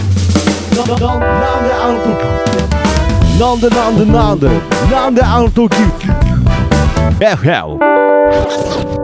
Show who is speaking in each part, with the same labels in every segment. Speaker 1: なんであの時なんでなんでなんでなんであの時 FL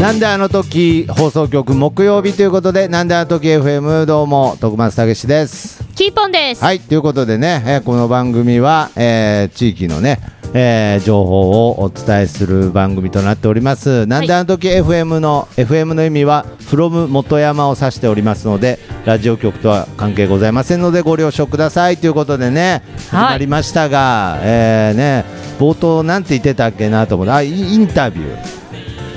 Speaker 2: なんであの時放送局木曜日ということで、なんであの時 FM どうも、徳松たけしです。
Speaker 3: キーポンです。
Speaker 2: はい、ということでね、えーこの番組は、えー地域のね、えー情報をお伝えする番組となっております。なんであの時 FM の、FM の意味は、from 元山を指しておりますので、ラジオ局とは関係ございませんので、ご了承くださいということでね、始
Speaker 3: はい
Speaker 2: まりましたが、えーね、冒頭なんて言ってたっけなと思って、あ、イインタビュー。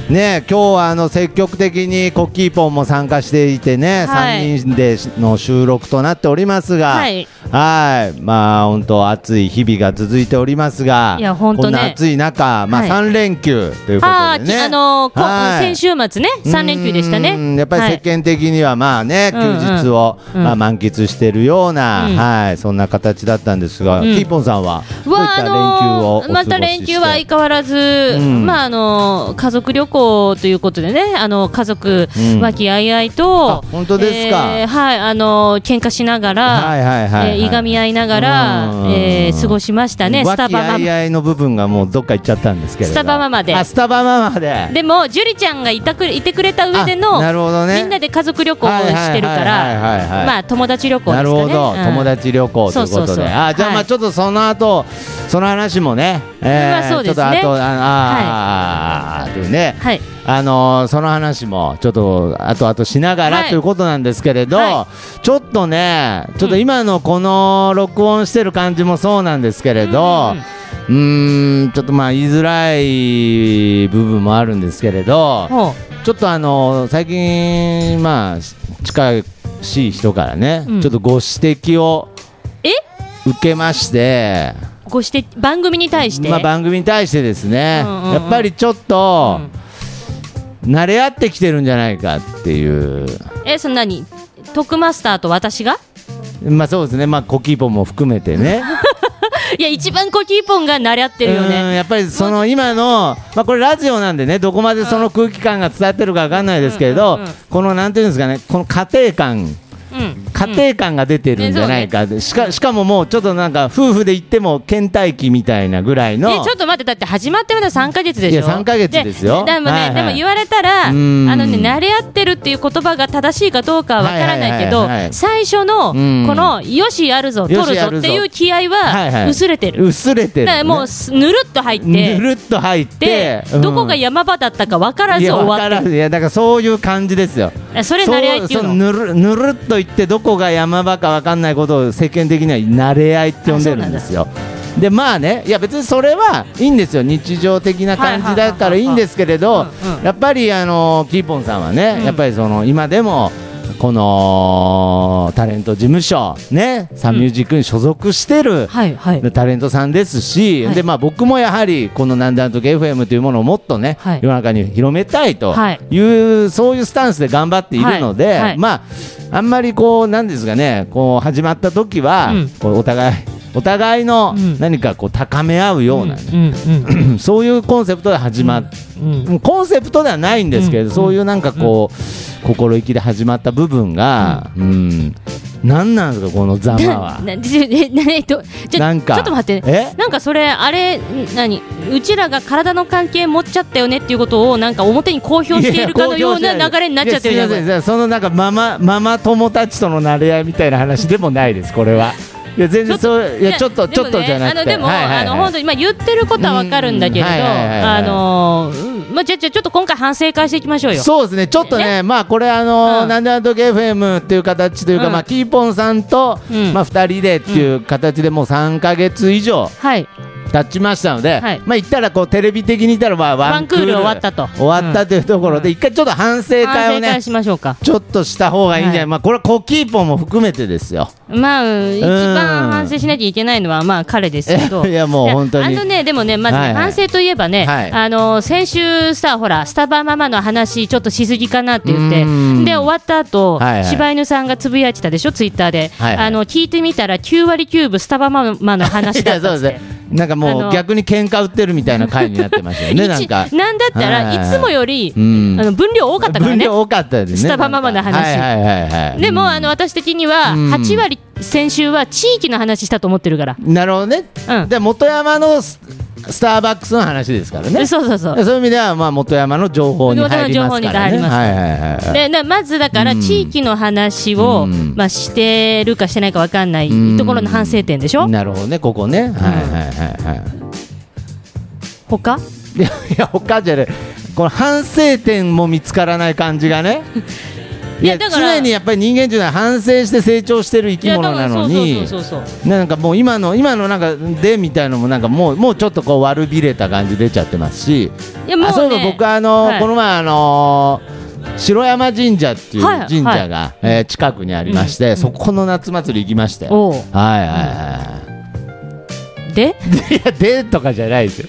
Speaker 2: ねえ今日はあの積極的にコッキーポンも参加していてね、
Speaker 3: はい
Speaker 2: 3人での収録となっておりますが、
Speaker 3: はい
Speaker 2: はいまあ本当暑い日々が続いておりますが、
Speaker 3: いやほんとね
Speaker 2: こんな暑い中、まあ
Speaker 3: はい
Speaker 2: 3連休というこ
Speaker 3: あ
Speaker 2: と
Speaker 3: ー
Speaker 2: で
Speaker 3: き
Speaker 2: ね、
Speaker 3: あのーこ
Speaker 2: はい
Speaker 3: 先週末ね、三連休でした
Speaker 2: う
Speaker 3: ね。
Speaker 2: んやっぱり世間的にはまあね、
Speaker 3: はい
Speaker 2: 休日を、
Speaker 3: うんうん
Speaker 2: まあ、満喫しているような、
Speaker 3: うん
Speaker 2: はいそんな形だったんですが、
Speaker 3: うん
Speaker 2: キーポンさんはどういっ
Speaker 3: は
Speaker 2: た連休をお過ごしして、
Speaker 3: また連休は相変わらず、
Speaker 2: うん
Speaker 3: まああのー家族旅行ということでね、あの家族
Speaker 2: うん
Speaker 3: 和気あいあいと、
Speaker 2: あ本当ですか
Speaker 3: えーはい、あのー喧嘩しながら、
Speaker 2: はいはいはいはい
Speaker 3: えーいがみ合いながら
Speaker 2: うん、
Speaker 3: えー過ごしましたね。スタバ
Speaker 2: 和気あ
Speaker 3: マ
Speaker 2: い
Speaker 3: マ。
Speaker 2: あいの部分がもうどっか行っちゃったんですけれど
Speaker 3: スタバママで
Speaker 2: あスタバママで
Speaker 3: でもジュリちゃんがいたくいてくれた上での
Speaker 2: あなるほどね
Speaker 3: みんなで家族旅行をしてるか
Speaker 2: はいはいはいはいはい
Speaker 3: ら、まあ友達旅行です
Speaker 2: な
Speaker 3: かね。
Speaker 2: るほど、
Speaker 3: うん
Speaker 2: 友達旅行ということで
Speaker 3: そうそうそう
Speaker 2: あじゃあま
Speaker 3: は
Speaker 2: あ
Speaker 3: い
Speaker 2: ちょっとその後その話もね、
Speaker 3: まあそう
Speaker 2: ちょ
Speaker 3: ですね
Speaker 2: っとあとああー、というね、
Speaker 3: はい。
Speaker 2: あのーその話もちょっと後々しながら、
Speaker 3: はい
Speaker 2: ということなんですけれど、
Speaker 3: は
Speaker 2: ちょっとねちょっと今のこの録音してる感じもそうなんですけれど、うーんちょっとまあ言いづらい部分もあるんですけれど、
Speaker 3: ほう。
Speaker 2: ちょっとあの最近まあし近しい人からね、
Speaker 3: うん
Speaker 2: ちょっとご指摘を
Speaker 3: え
Speaker 2: 受けまして、
Speaker 3: ごして番組に対して、
Speaker 2: まあ、番組に対してですね、
Speaker 3: うんうんうん
Speaker 2: やっぱりちょっと、慣れ合ってきてるんじゃないかっていう。
Speaker 3: えその何トクマスターと私が
Speaker 2: まあそうですね、まあ、コキーポンも含めて ね。
Speaker 3: いや一番コキーポンが慣れ合ってるよ
Speaker 2: うん
Speaker 3: ね
Speaker 2: やっぱりその今の、まあ、これラジオなんでねどこまでその空気感が伝わってるかわかんないですけれど、
Speaker 3: うんうんうんうん
Speaker 2: このなんていうんですかねこの家庭感
Speaker 3: うん
Speaker 2: 家庭感が出てるんじゃないか、しかしかももうちょっとなんか夫婦で言っても倦怠期みたいなぐらいの
Speaker 3: えちょっと待ってだって始まってまだ3か月でしょ
Speaker 2: いや3ヶ月ですよ
Speaker 3: ででもね、
Speaker 2: はいはい
Speaker 3: でも言われたらあ
Speaker 2: う
Speaker 3: の
Speaker 2: ん
Speaker 3: ね慣れ合ってるっていう言葉が正しいかどうかはわからないけど、
Speaker 2: はいはいはいはい
Speaker 3: 最初のこ
Speaker 2: うん
Speaker 3: のよしやるぞ取
Speaker 2: よ
Speaker 3: る
Speaker 2: し
Speaker 3: ぞ
Speaker 2: やるぞ
Speaker 3: っていう気合
Speaker 2: はいは
Speaker 3: はい薄れてる、
Speaker 2: 薄れてる、
Speaker 3: だか
Speaker 2: ね、
Speaker 3: らもうすぬるっと入って
Speaker 2: ぬるっと入って
Speaker 3: で、どこが山場だったか分から
Speaker 2: い
Speaker 3: ず
Speaker 2: や
Speaker 3: 終
Speaker 2: わ
Speaker 3: わ
Speaker 2: か
Speaker 3: って
Speaker 2: ら
Speaker 3: る
Speaker 2: ずいやだからそういう感じですよ
Speaker 3: えそれ慣れ合いっていう
Speaker 2: そ
Speaker 3: の
Speaker 2: ぬるぬるっと言ってどこが山場かわかんないことを世間的には慣れ合いって呼んでるんですよでまあねいや別にそれはいいんですよ日常的な感じだからいいんですけれど
Speaker 3: うんうん
Speaker 2: やっぱりあのキーポンさんはね、
Speaker 3: うん
Speaker 2: やっぱりその今でもこのタレント事務所ねサンミュージックに所属してる、
Speaker 3: はいはい
Speaker 2: タレントさんですし、
Speaker 3: はい
Speaker 2: でまあ、僕もやはりこの「なんだんと FM」というものをもっとね、
Speaker 3: はい
Speaker 2: 世の中に広めたいと
Speaker 3: はい
Speaker 2: いう、そういうスタンスで頑張っているので、
Speaker 3: はいはい
Speaker 2: まあ、あんまりこうなんですかねこう始まった時は、
Speaker 3: うん
Speaker 2: こうお互いお互いの
Speaker 3: うん
Speaker 2: 何かこう高め合うような、
Speaker 3: うんうんうん
Speaker 2: そういうコンセプトで始まっ
Speaker 3: うん
Speaker 2: コンセプトではないんですけれど、
Speaker 3: うん
Speaker 2: そういうなんかこう、心意気で始まった部分が、うん、何なんですかこのざまは。
Speaker 3: ななじえなえっとじゃ
Speaker 2: なんか
Speaker 3: ちょっと待って
Speaker 2: え
Speaker 3: なんかそれあれん何うちらが体の関係持っちゃったよねっていうことをなんか表に公表しているかのような流れになっちゃってるじゃ
Speaker 2: いやすいません
Speaker 3: ん
Speaker 2: じゃあそのなんかママママ友達との馴れ合いみたいな話でもないですこれはいや全然そういやちょっとちょっとじゃなくて
Speaker 3: あのでも、
Speaker 2: はいはいはい
Speaker 3: あの本当にまあ言ってることはわかるんだけれど、
Speaker 2: うんはいはいはいはい
Speaker 3: あのうんまあじゃあじゃあちょっと今回反省会していきましょうよ。
Speaker 2: そうですねちょっとねまあこれあのー
Speaker 3: うん
Speaker 2: なんであの時 FM っていう形というか、
Speaker 3: うん
Speaker 2: まあキーポンさんと、
Speaker 3: うん
Speaker 2: まあ二人でっていう形でもう三ヶ月以上
Speaker 3: はい。
Speaker 2: 経ちましたので、
Speaker 3: はい
Speaker 2: まあ言ったらこうテレビ的に言ったらまあワ
Speaker 3: ワ
Speaker 2: ン
Speaker 3: ン
Speaker 2: ク
Speaker 3: ク
Speaker 2: ー
Speaker 3: ー
Speaker 2: ル
Speaker 3: ル終わったと
Speaker 2: 終わったというところで、一回ちょっと反省
Speaker 3: 反
Speaker 2: 会を
Speaker 3: 省
Speaker 2: ね
Speaker 3: 会しましょうか。
Speaker 2: ちょっとした方がいいんじゃない、
Speaker 3: はい
Speaker 2: まあこれはコキーポンも含めてですよ。
Speaker 3: まあ一番反反省しなきゃいけないのは、まあ、彼ですけど。
Speaker 2: いやもう本当に
Speaker 3: いやあのね、でもね、まずね、
Speaker 2: はいはい
Speaker 3: 反省といえばね、
Speaker 2: はい
Speaker 3: あの、先週さ、ほら、スタバママの話、ちょっとしすぎかなって言って
Speaker 2: うーん、
Speaker 3: で、終わった後、
Speaker 2: はいはい
Speaker 3: 柴犬さんがつぶやいてたでしょ、ツイッターで。
Speaker 2: はいはい
Speaker 3: あの、聞いてみたら、9割9分スタバママの話だっ
Speaker 2: いや
Speaker 3: た
Speaker 2: そ
Speaker 3: っ
Speaker 2: う
Speaker 3: つって
Speaker 2: ですねなんか
Speaker 3: あ
Speaker 2: もう
Speaker 3: の
Speaker 2: 逆に喧嘩売ってるみたいな回になってましたよねなん
Speaker 3: 一
Speaker 2: か
Speaker 3: なんだった
Speaker 2: はいはい
Speaker 3: らいつもより、
Speaker 2: うん
Speaker 3: あの分量多かったから
Speaker 2: 分
Speaker 3: ね。
Speaker 2: 量多かったですね
Speaker 3: スタバママの話
Speaker 2: はいはいはいはい
Speaker 3: でも、あの私的には
Speaker 2: うん
Speaker 3: 8割先週は地域の話したと思ってるから。
Speaker 2: なるほどね、
Speaker 3: うん
Speaker 2: で元山のススターバックスの話ですからね
Speaker 3: そうそうそ
Speaker 2: そ
Speaker 3: う。
Speaker 2: ういう意味ではまあ元山の情報に入りますからね
Speaker 3: 元山の情報に入ります
Speaker 2: はいはいはいはい
Speaker 3: でなまずだから
Speaker 2: うん
Speaker 3: 地域の話を、
Speaker 2: うん
Speaker 3: まあ、してるかしてないかわかんない
Speaker 2: うん
Speaker 3: ところの反省点でしょ
Speaker 2: なるほどねここね、はいはいはいはい
Speaker 3: 他
Speaker 2: いやいや他じゃないこの反省点も見つからない感じがねい
Speaker 3: いや
Speaker 2: や
Speaker 3: だから
Speaker 2: 常にやっぱり人間っていうのは反省して成長してる生き物なの
Speaker 3: いや
Speaker 2: に
Speaker 3: だからそうそうそうそうそう
Speaker 2: なんかもう今の今のなんかでみたいのもなんかもうもうちょっとこう悪びれた感じ出ちゃってますし
Speaker 3: いやもう、ね、
Speaker 2: あそういえば僕はあの、
Speaker 3: はい
Speaker 2: この前あのー白山神社っていう
Speaker 3: はい
Speaker 2: 神社が、えー近くにありまして、そこの夏祭り行きましてはい
Speaker 3: おう
Speaker 2: はいはい
Speaker 3: で
Speaker 2: いやでとかじゃないですよ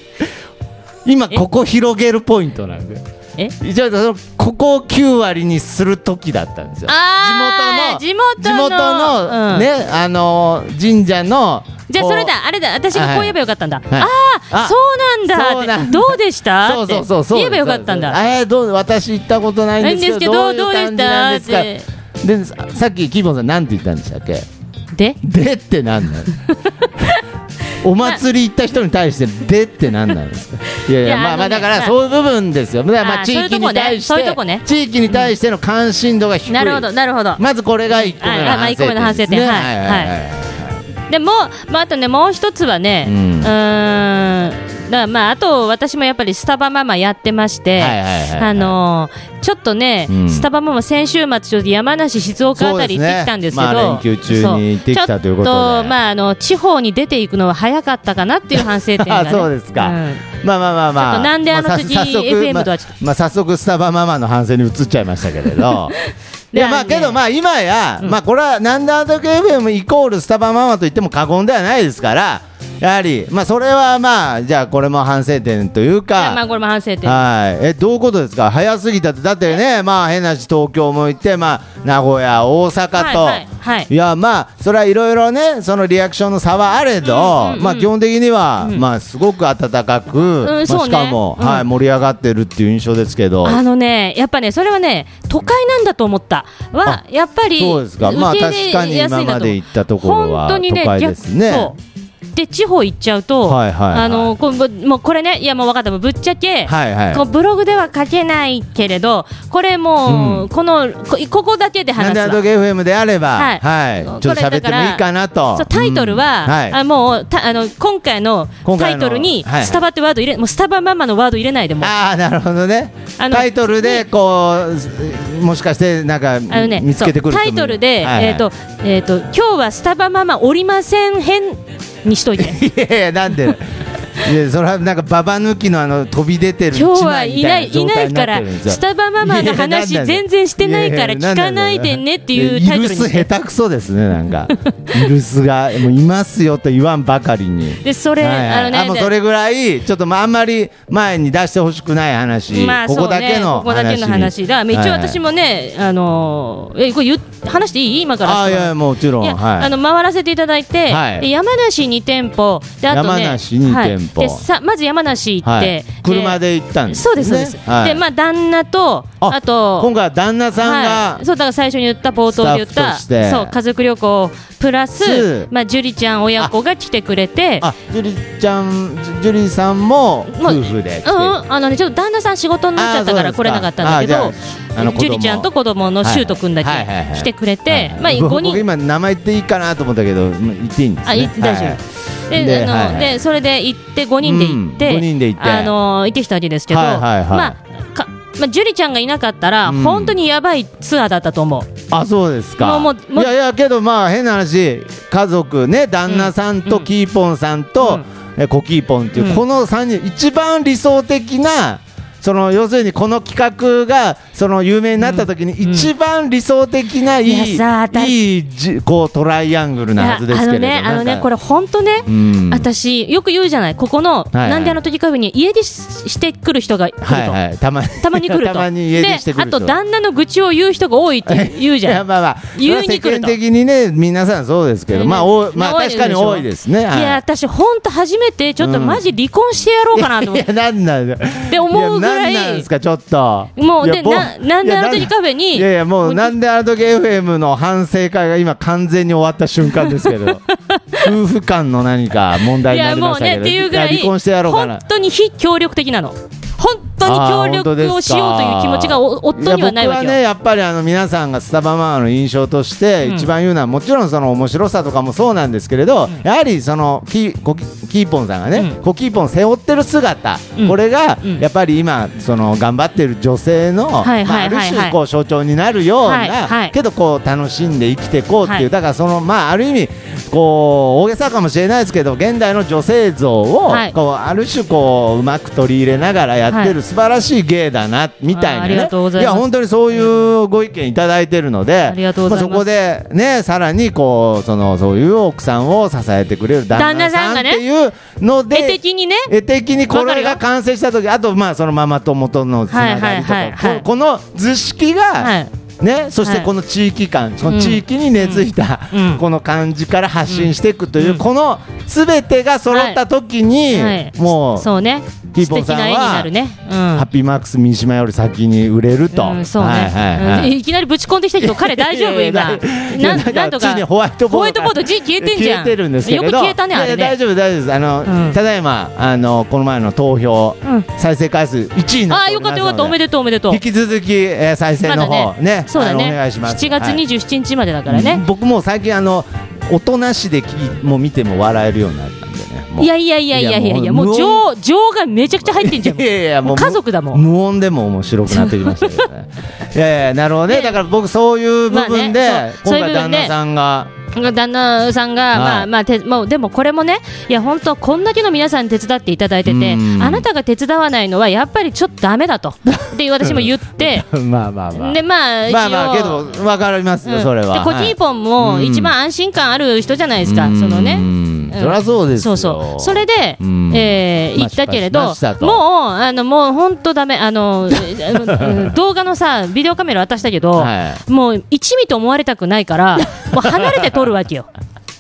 Speaker 2: 今
Speaker 3: え
Speaker 2: ここ広げるポイントなんで
Speaker 3: え
Speaker 2: 一応そのここを9割にする時だったんですよ
Speaker 3: あー
Speaker 2: 地
Speaker 3: 地元の
Speaker 2: 地元の、
Speaker 3: うん
Speaker 2: ねあのー神社の
Speaker 3: じゃあ
Speaker 2: こう
Speaker 3: それだあれだ私がこう言えばよかったんだ、
Speaker 2: はい
Speaker 3: ああ
Speaker 2: あ
Speaker 3: そうなんだ
Speaker 2: そうなんだ
Speaker 3: どうでした
Speaker 2: そうそうそう
Speaker 3: って
Speaker 2: そう
Speaker 3: 言えばよかったんだ
Speaker 2: そうですえーどう私行ったことないんですけど
Speaker 3: ないんですけど
Speaker 2: いう感じなんですかでささっきキーボンさんなんて言ったんでしたっけ
Speaker 3: で
Speaker 2: でってなんな のお祭り行った人に対してでってなんなんですかいやいや
Speaker 3: いや
Speaker 2: まあ
Speaker 3: あのね
Speaker 2: まあだから
Speaker 3: まあ
Speaker 2: そういう部分ですよだからまあ
Speaker 3: あー
Speaker 2: 地域に対し
Speaker 3: そういうとこ
Speaker 2: て
Speaker 3: ね
Speaker 2: 地域に対しての関心度が低い
Speaker 3: なるほどなるほど
Speaker 2: まずこれが1個目の
Speaker 3: あまあ
Speaker 2: 反省
Speaker 3: 一個目
Speaker 2: 点
Speaker 3: の反省点
Speaker 2: ですね
Speaker 3: はいでも、まあ、あとね、もう一つはね、
Speaker 2: う
Speaker 3: うんーん、だからまあ、あと私もやっぱりスタバママやってまして、
Speaker 2: はいはいはいはい
Speaker 3: あのーちょっとね、
Speaker 2: うん
Speaker 3: スタバママ先週末、ちょっと山梨、静岡あたり行ってきたんですけ
Speaker 2: そ
Speaker 3: ど、
Speaker 2: うですねまあ連休中に行ってきたということで
Speaker 3: そちょっと、まあ、あの地方に出ていくのは早かったかなっていう反省点 が、
Speaker 2: あ
Speaker 3: ね、
Speaker 2: そうですか、
Speaker 3: ん
Speaker 2: まあまあまあま
Speaker 3: ちょっ
Speaker 2: あ
Speaker 3: となんであの
Speaker 2: ま
Speaker 3: 時
Speaker 2: さ早速
Speaker 3: FM とはちょっ
Speaker 2: まあまあ早速スタバママの反省に移っちゃいましたけれど いやまあ
Speaker 3: であ
Speaker 2: け
Speaker 3: のね
Speaker 2: どまあ今や、まあこれはなんであの時 FM イコールスタバママと言っても過言ではないですからやはりまあそれはまあじゃあこれも反省点という
Speaker 3: いやまあ、
Speaker 2: か
Speaker 3: これも反省点。
Speaker 2: はいえどういうことですか早すぎたってだってねまあ変な話東京も行ってまあ名古屋大阪と、
Speaker 3: はいはいはい
Speaker 2: いやまあそれはいろいろねそのリアクションの差はあれど、
Speaker 3: うんうんうん
Speaker 2: まあ基本的には、まあすごく温かく、まあ
Speaker 3: そうね
Speaker 2: しかも、
Speaker 3: うん
Speaker 2: はい盛り上がってるっていう印象ですけど。
Speaker 3: あのね、やっぱね、それはね、都会なんだと思った。は、やっぱり、
Speaker 2: そうですかまあ
Speaker 3: 受け入れ
Speaker 2: 確かに
Speaker 3: やすい
Speaker 2: 今
Speaker 3: なと思う
Speaker 2: まで行ったところは
Speaker 3: 本当にね、
Speaker 2: 都会ですね
Speaker 3: 逆そう。で、地方行っちゃうと、
Speaker 2: はいはいはい
Speaker 3: あの、こうもうこれね、いやもう分かった、もうぶっちゃけ、
Speaker 2: はいはい
Speaker 3: こうブログでは書けないけれど、これもう、このこ、ここだけで
Speaker 2: なん
Speaker 3: 話
Speaker 2: ですあ
Speaker 3: わ
Speaker 2: の。FM であれば、は、
Speaker 3: はいい
Speaker 2: ちょっと喋ってもいいかなと。
Speaker 3: そうタイトルは、
Speaker 2: うんはい
Speaker 3: あもうたあの今回の
Speaker 2: 今
Speaker 3: タ
Speaker 2: 回の
Speaker 3: イトルに
Speaker 2: はいはい
Speaker 3: スタバってワード入れ、もうスタバママのワード入れないでもう
Speaker 2: ああなるほどね
Speaker 3: あの
Speaker 2: タイトルでこうもしかしてなんか、
Speaker 3: あのね、
Speaker 2: 見つけてくる
Speaker 3: そう
Speaker 2: 人もい
Speaker 3: タイ
Speaker 2: る
Speaker 3: トルで、
Speaker 2: はいはい
Speaker 3: えっ、と、えっ、と、今日はスタバママおりません編にしと いて。
Speaker 2: いやいやなん でいやそれはなんかババ抜きのあの飛び出てる
Speaker 3: 今日はいない
Speaker 2: 一枚
Speaker 3: い
Speaker 2: みた
Speaker 3: ない
Speaker 2: な状態になって
Speaker 3: いか
Speaker 2: る
Speaker 3: ら
Speaker 2: んですよ
Speaker 3: スタバママの
Speaker 2: いや
Speaker 3: 話
Speaker 2: いや
Speaker 3: 全然してないから聞かないでねっていうタイトル
Speaker 2: いやいやなんだろう許
Speaker 3: に
Speaker 2: す下手くそですねなんか許すがもういますよと言わんばかりに
Speaker 3: でそれ、
Speaker 2: はいはい
Speaker 3: あのね
Speaker 2: もうそれぐらいちょっとまああんまり前に出してほしくない話、
Speaker 3: まあ
Speaker 2: こ
Speaker 3: そ
Speaker 2: こ
Speaker 3: う
Speaker 2: だ
Speaker 3: ね
Speaker 2: けの話
Speaker 3: ここだけの話だから一応私
Speaker 2: も
Speaker 3: もね、あのーえこれ言う話していい今から
Speaker 2: あいやいやもちろん
Speaker 3: いや
Speaker 2: はい
Speaker 3: あの回らせていただいて、
Speaker 2: はい
Speaker 3: で山梨2店舗であと、ね、
Speaker 2: 山梨に
Speaker 3: はい
Speaker 2: 店舗
Speaker 3: でさまず山梨行って、
Speaker 2: はい、車で行ったんです
Speaker 3: そうです、そうです。で、まあ、旦那と、あと、
Speaker 2: 今回は旦那さんが、
Speaker 3: はい、そう、だから最初に言った、冒頭で言っ
Speaker 2: スタッフ
Speaker 3: た、
Speaker 2: として
Speaker 3: そう、家族旅行、プラ
Speaker 2: す
Speaker 3: ス、まあ、樹里ちゃん親子が来てくれて、
Speaker 2: あジュリちゃんジュジュリさんも
Speaker 3: もう
Speaker 2: 夫婦で来て
Speaker 3: うんうん、あのね、ちょっと旦那さん仕事になっちゃったから
Speaker 2: あそ
Speaker 3: 来
Speaker 2: うで
Speaker 3: れ
Speaker 2: すか
Speaker 3: なかったんだけ
Speaker 2: あ
Speaker 3: ど
Speaker 2: じゃああの、
Speaker 3: 樹里ちゃんと子供の柊斗君だけ
Speaker 2: はいはいはいはい
Speaker 3: 来てくれ
Speaker 2: はい
Speaker 3: て
Speaker 2: は、い
Speaker 3: まあ、
Speaker 2: 僕
Speaker 3: 5
Speaker 2: 僕
Speaker 3: 人。
Speaker 2: 今名前言っていいかなと思ったけどまあ言っていいんですね
Speaker 3: あい大丈夫で
Speaker 2: で
Speaker 3: あの
Speaker 2: はいはい
Speaker 3: でそれで行って5人で行って,、
Speaker 2: うん五人で行って
Speaker 3: あの行ってきたわけですけど、
Speaker 2: はいはいはい
Speaker 3: まあかまあ、樹里ちゃんがいなかったら、
Speaker 2: うん
Speaker 3: 本当にやばいツアーだったと思う。
Speaker 2: あそうですか
Speaker 3: もうもうもう
Speaker 2: いやいやけどまあ変な話家族ね旦那さんと
Speaker 3: うん
Speaker 2: キーポンさんと、
Speaker 3: うん
Speaker 2: えコキーポンっていう、
Speaker 3: うん
Speaker 2: この3人一番理想的なその要するにこの企画がその有名になった時に
Speaker 3: ん
Speaker 2: 一番理想的ないい,、
Speaker 3: いやさ私
Speaker 2: いいじこうトライアングル
Speaker 3: い
Speaker 2: な
Speaker 3: や
Speaker 2: はずです
Speaker 3: あ
Speaker 2: け
Speaker 3: の
Speaker 2: れど
Speaker 3: ね、あの
Speaker 2: なん
Speaker 3: ね、
Speaker 2: か
Speaker 3: これ本当ね
Speaker 2: う、ん
Speaker 3: 私よく言うじゃない、ここの、
Speaker 2: いはい
Speaker 3: なんであの時カフェに家出ししてくる人が来ると。
Speaker 2: はいはいたまに
Speaker 3: たまに来ると。
Speaker 2: たまに家出してくる
Speaker 3: で、あと旦那の愚痴を言う人が多いって言う じ
Speaker 2: い
Speaker 3: ゃ
Speaker 2: や
Speaker 3: ん。
Speaker 2: まあまあ
Speaker 3: 言うに来る
Speaker 2: 世間
Speaker 3: と
Speaker 2: 的にね皆さんそうですけど、
Speaker 3: ね
Speaker 2: まあおまあ
Speaker 3: 多い
Speaker 2: 確
Speaker 3: でしょ
Speaker 2: かに多いですね。はい
Speaker 3: いや、私、ほんと初めて、ちょっとマジ離婚してやろうかなと
Speaker 2: い
Speaker 3: 思っ
Speaker 2: やなんなんだって
Speaker 3: 思うぐらい
Speaker 2: なんなんですかちょっと
Speaker 3: もう
Speaker 2: いや
Speaker 3: でななんであの時カフェに
Speaker 2: いやいやもうなんであの時 FM の反省会が今完全に終わった瞬間ですけ ど夫婦間の何か問
Speaker 3: て。
Speaker 2: 題
Speaker 3: い
Speaker 2: にな
Speaker 3: や、
Speaker 2: り
Speaker 3: も
Speaker 2: ま
Speaker 3: う
Speaker 2: したけ
Speaker 3: ね、っ
Speaker 2: ど
Speaker 3: ていうぐら
Speaker 2: や
Speaker 3: い、
Speaker 2: 離婚してやろうかな
Speaker 3: 本当に非協力的なの。本当に協力をしようという気持ちがお夫にはないわけ
Speaker 2: いや僕は
Speaker 3: よ。
Speaker 2: ねやっぱりあの皆さんがスタバママの印象として
Speaker 3: うん
Speaker 2: 一番言うのは、もちろんその面白さとかもそうなんですけれど、やはりそのキーコキキーポンさんがね、
Speaker 3: うん
Speaker 2: コキーポン背負ってる姿、
Speaker 3: うん
Speaker 2: これが
Speaker 3: うん
Speaker 2: やっぱり今その頑張ってる女性の、
Speaker 3: はい
Speaker 2: まあ、
Speaker 3: は
Speaker 2: あ
Speaker 3: い
Speaker 2: る
Speaker 3: はいはい
Speaker 2: 種こう象徴になるような、
Speaker 3: はいはい
Speaker 2: けどこう楽しんで生きていこうっていう、
Speaker 3: はい
Speaker 2: だからそのまあある意味こう大げさかもしれないですけど現代の女性像を、
Speaker 3: はい
Speaker 2: こうある種こううまく取り入れながらやって
Speaker 3: は
Speaker 2: る素晴らしい芸だなみたいな、ね、
Speaker 3: あーありがとうございます
Speaker 2: や本当にそういうご意見いただいてるので、
Speaker 3: ありがとうございます
Speaker 2: あそこでねさらにこうそのそういう奥さんを支えてくれる旦那さんっていうので
Speaker 3: 絵的にね、
Speaker 2: 絵的にこ
Speaker 3: わか
Speaker 2: れ
Speaker 3: る
Speaker 2: が
Speaker 3: よ
Speaker 2: 完成した時あとまあそのママ友とのつながりとか、
Speaker 3: はいはいはいはい
Speaker 2: ここの図式が、
Speaker 3: はい。
Speaker 2: ね、そして
Speaker 3: はい
Speaker 2: この地域感、その地域に根付いた、
Speaker 3: うんうん
Speaker 2: この感じから発信していくという、
Speaker 3: うん
Speaker 2: このすべてが揃った時に、
Speaker 3: はい、
Speaker 2: もう
Speaker 3: そうね
Speaker 2: ピーポン
Speaker 3: 素敵
Speaker 2: さんは
Speaker 3: な絵になるね、うん、
Speaker 2: ハッピーマークス三島より先に売れると、
Speaker 3: うん、そうね、
Speaker 2: はいいはいはい
Speaker 3: うんいきなりぶち込んできたけど彼大丈夫
Speaker 2: いやいや
Speaker 3: 今
Speaker 2: いや
Speaker 3: なん
Speaker 2: か
Speaker 3: なんとか
Speaker 2: ついにホワイトボード
Speaker 3: ホワイトボード字消えてんじ
Speaker 2: 消
Speaker 3: ゃん
Speaker 2: えてるんですけれど
Speaker 3: よく消えたねあ
Speaker 2: い
Speaker 3: れ
Speaker 2: やいや大
Speaker 3: ね
Speaker 2: 丈夫大丈夫ですあの、
Speaker 3: うん
Speaker 2: ただいまあのこの前の投票、
Speaker 3: うん
Speaker 2: 再生回数1位の
Speaker 3: ああよかったよかったおめでとうおめでとう
Speaker 2: 引き続き、えー再生の方、
Speaker 3: まだ
Speaker 2: ね
Speaker 3: そうだね
Speaker 2: あのお願いします
Speaker 3: 7月
Speaker 2: はい
Speaker 3: 27日までだからね、
Speaker 2: 僕もう最近あの音なしで聞いもう見ても笑えるようになったんでねもう
Speaker 3: いやいやいやいやいやい
Speaker 2: いや
Speaker 3: や
Speaker 2: も
Speaker 3: も
Speaker 2: う
Speaker 3: う情情がめちゃくちゃ入ってんじゃん
Speaker 2: いやいやもう
Speaker 3: 家族だもん
Speaker 2: 無音でも面白くなってきましたけど ねいやいやなるほどね
Speaker 3: ね
Speaker 2: だから僕そういう部分で、
Speaker 3: まあねそう
Speaker 2: 今
Speaker 3: そうい
Speaker 2: 回
Speaker 3: う部
Speaker 2: 旦
Speaker 3: 分で
Speaker 2: 那さんが、
Speaker 3: 旦那さんが、まあまあてもうでもこれもねいや本当こんだけの皆さんに手伝っていただいてて
Speaker 2: うん
Speaker 3: あなたが手伝わないのはやっぱりちょっとダメだとで私も 言って。
Speaker 2: まあまあまあ
Speaker 3: でまあ一応、
Speaker 2: まあまあけどわかりますよ、
Speaker 3: うん
Speaker 2: それは
Speaker 3: でコキーポンも一番安心感ある人じゃないですか、その
Speaker 2: ね
Speaker 3: ね、うん
Speaker 2: そりゃそうです
Speaker 3: そ
Speaker 2: よ
Speaker 3: うそうそれで、
Speaker 2: うん
Speaker 3: えー
Speaker 2: まあ
Speaker 3: 言ったけれ
Speaker 2: 失敗
Speaker 3: ど
Speaker 2: しましたと
Speaker 3: もうあのもう本当だめあの うん動画のさビデオカメラ渡したけど、
Speaker 2: は
Speaker 3: もう一味と思われたくないからもう離れて撮るわけよ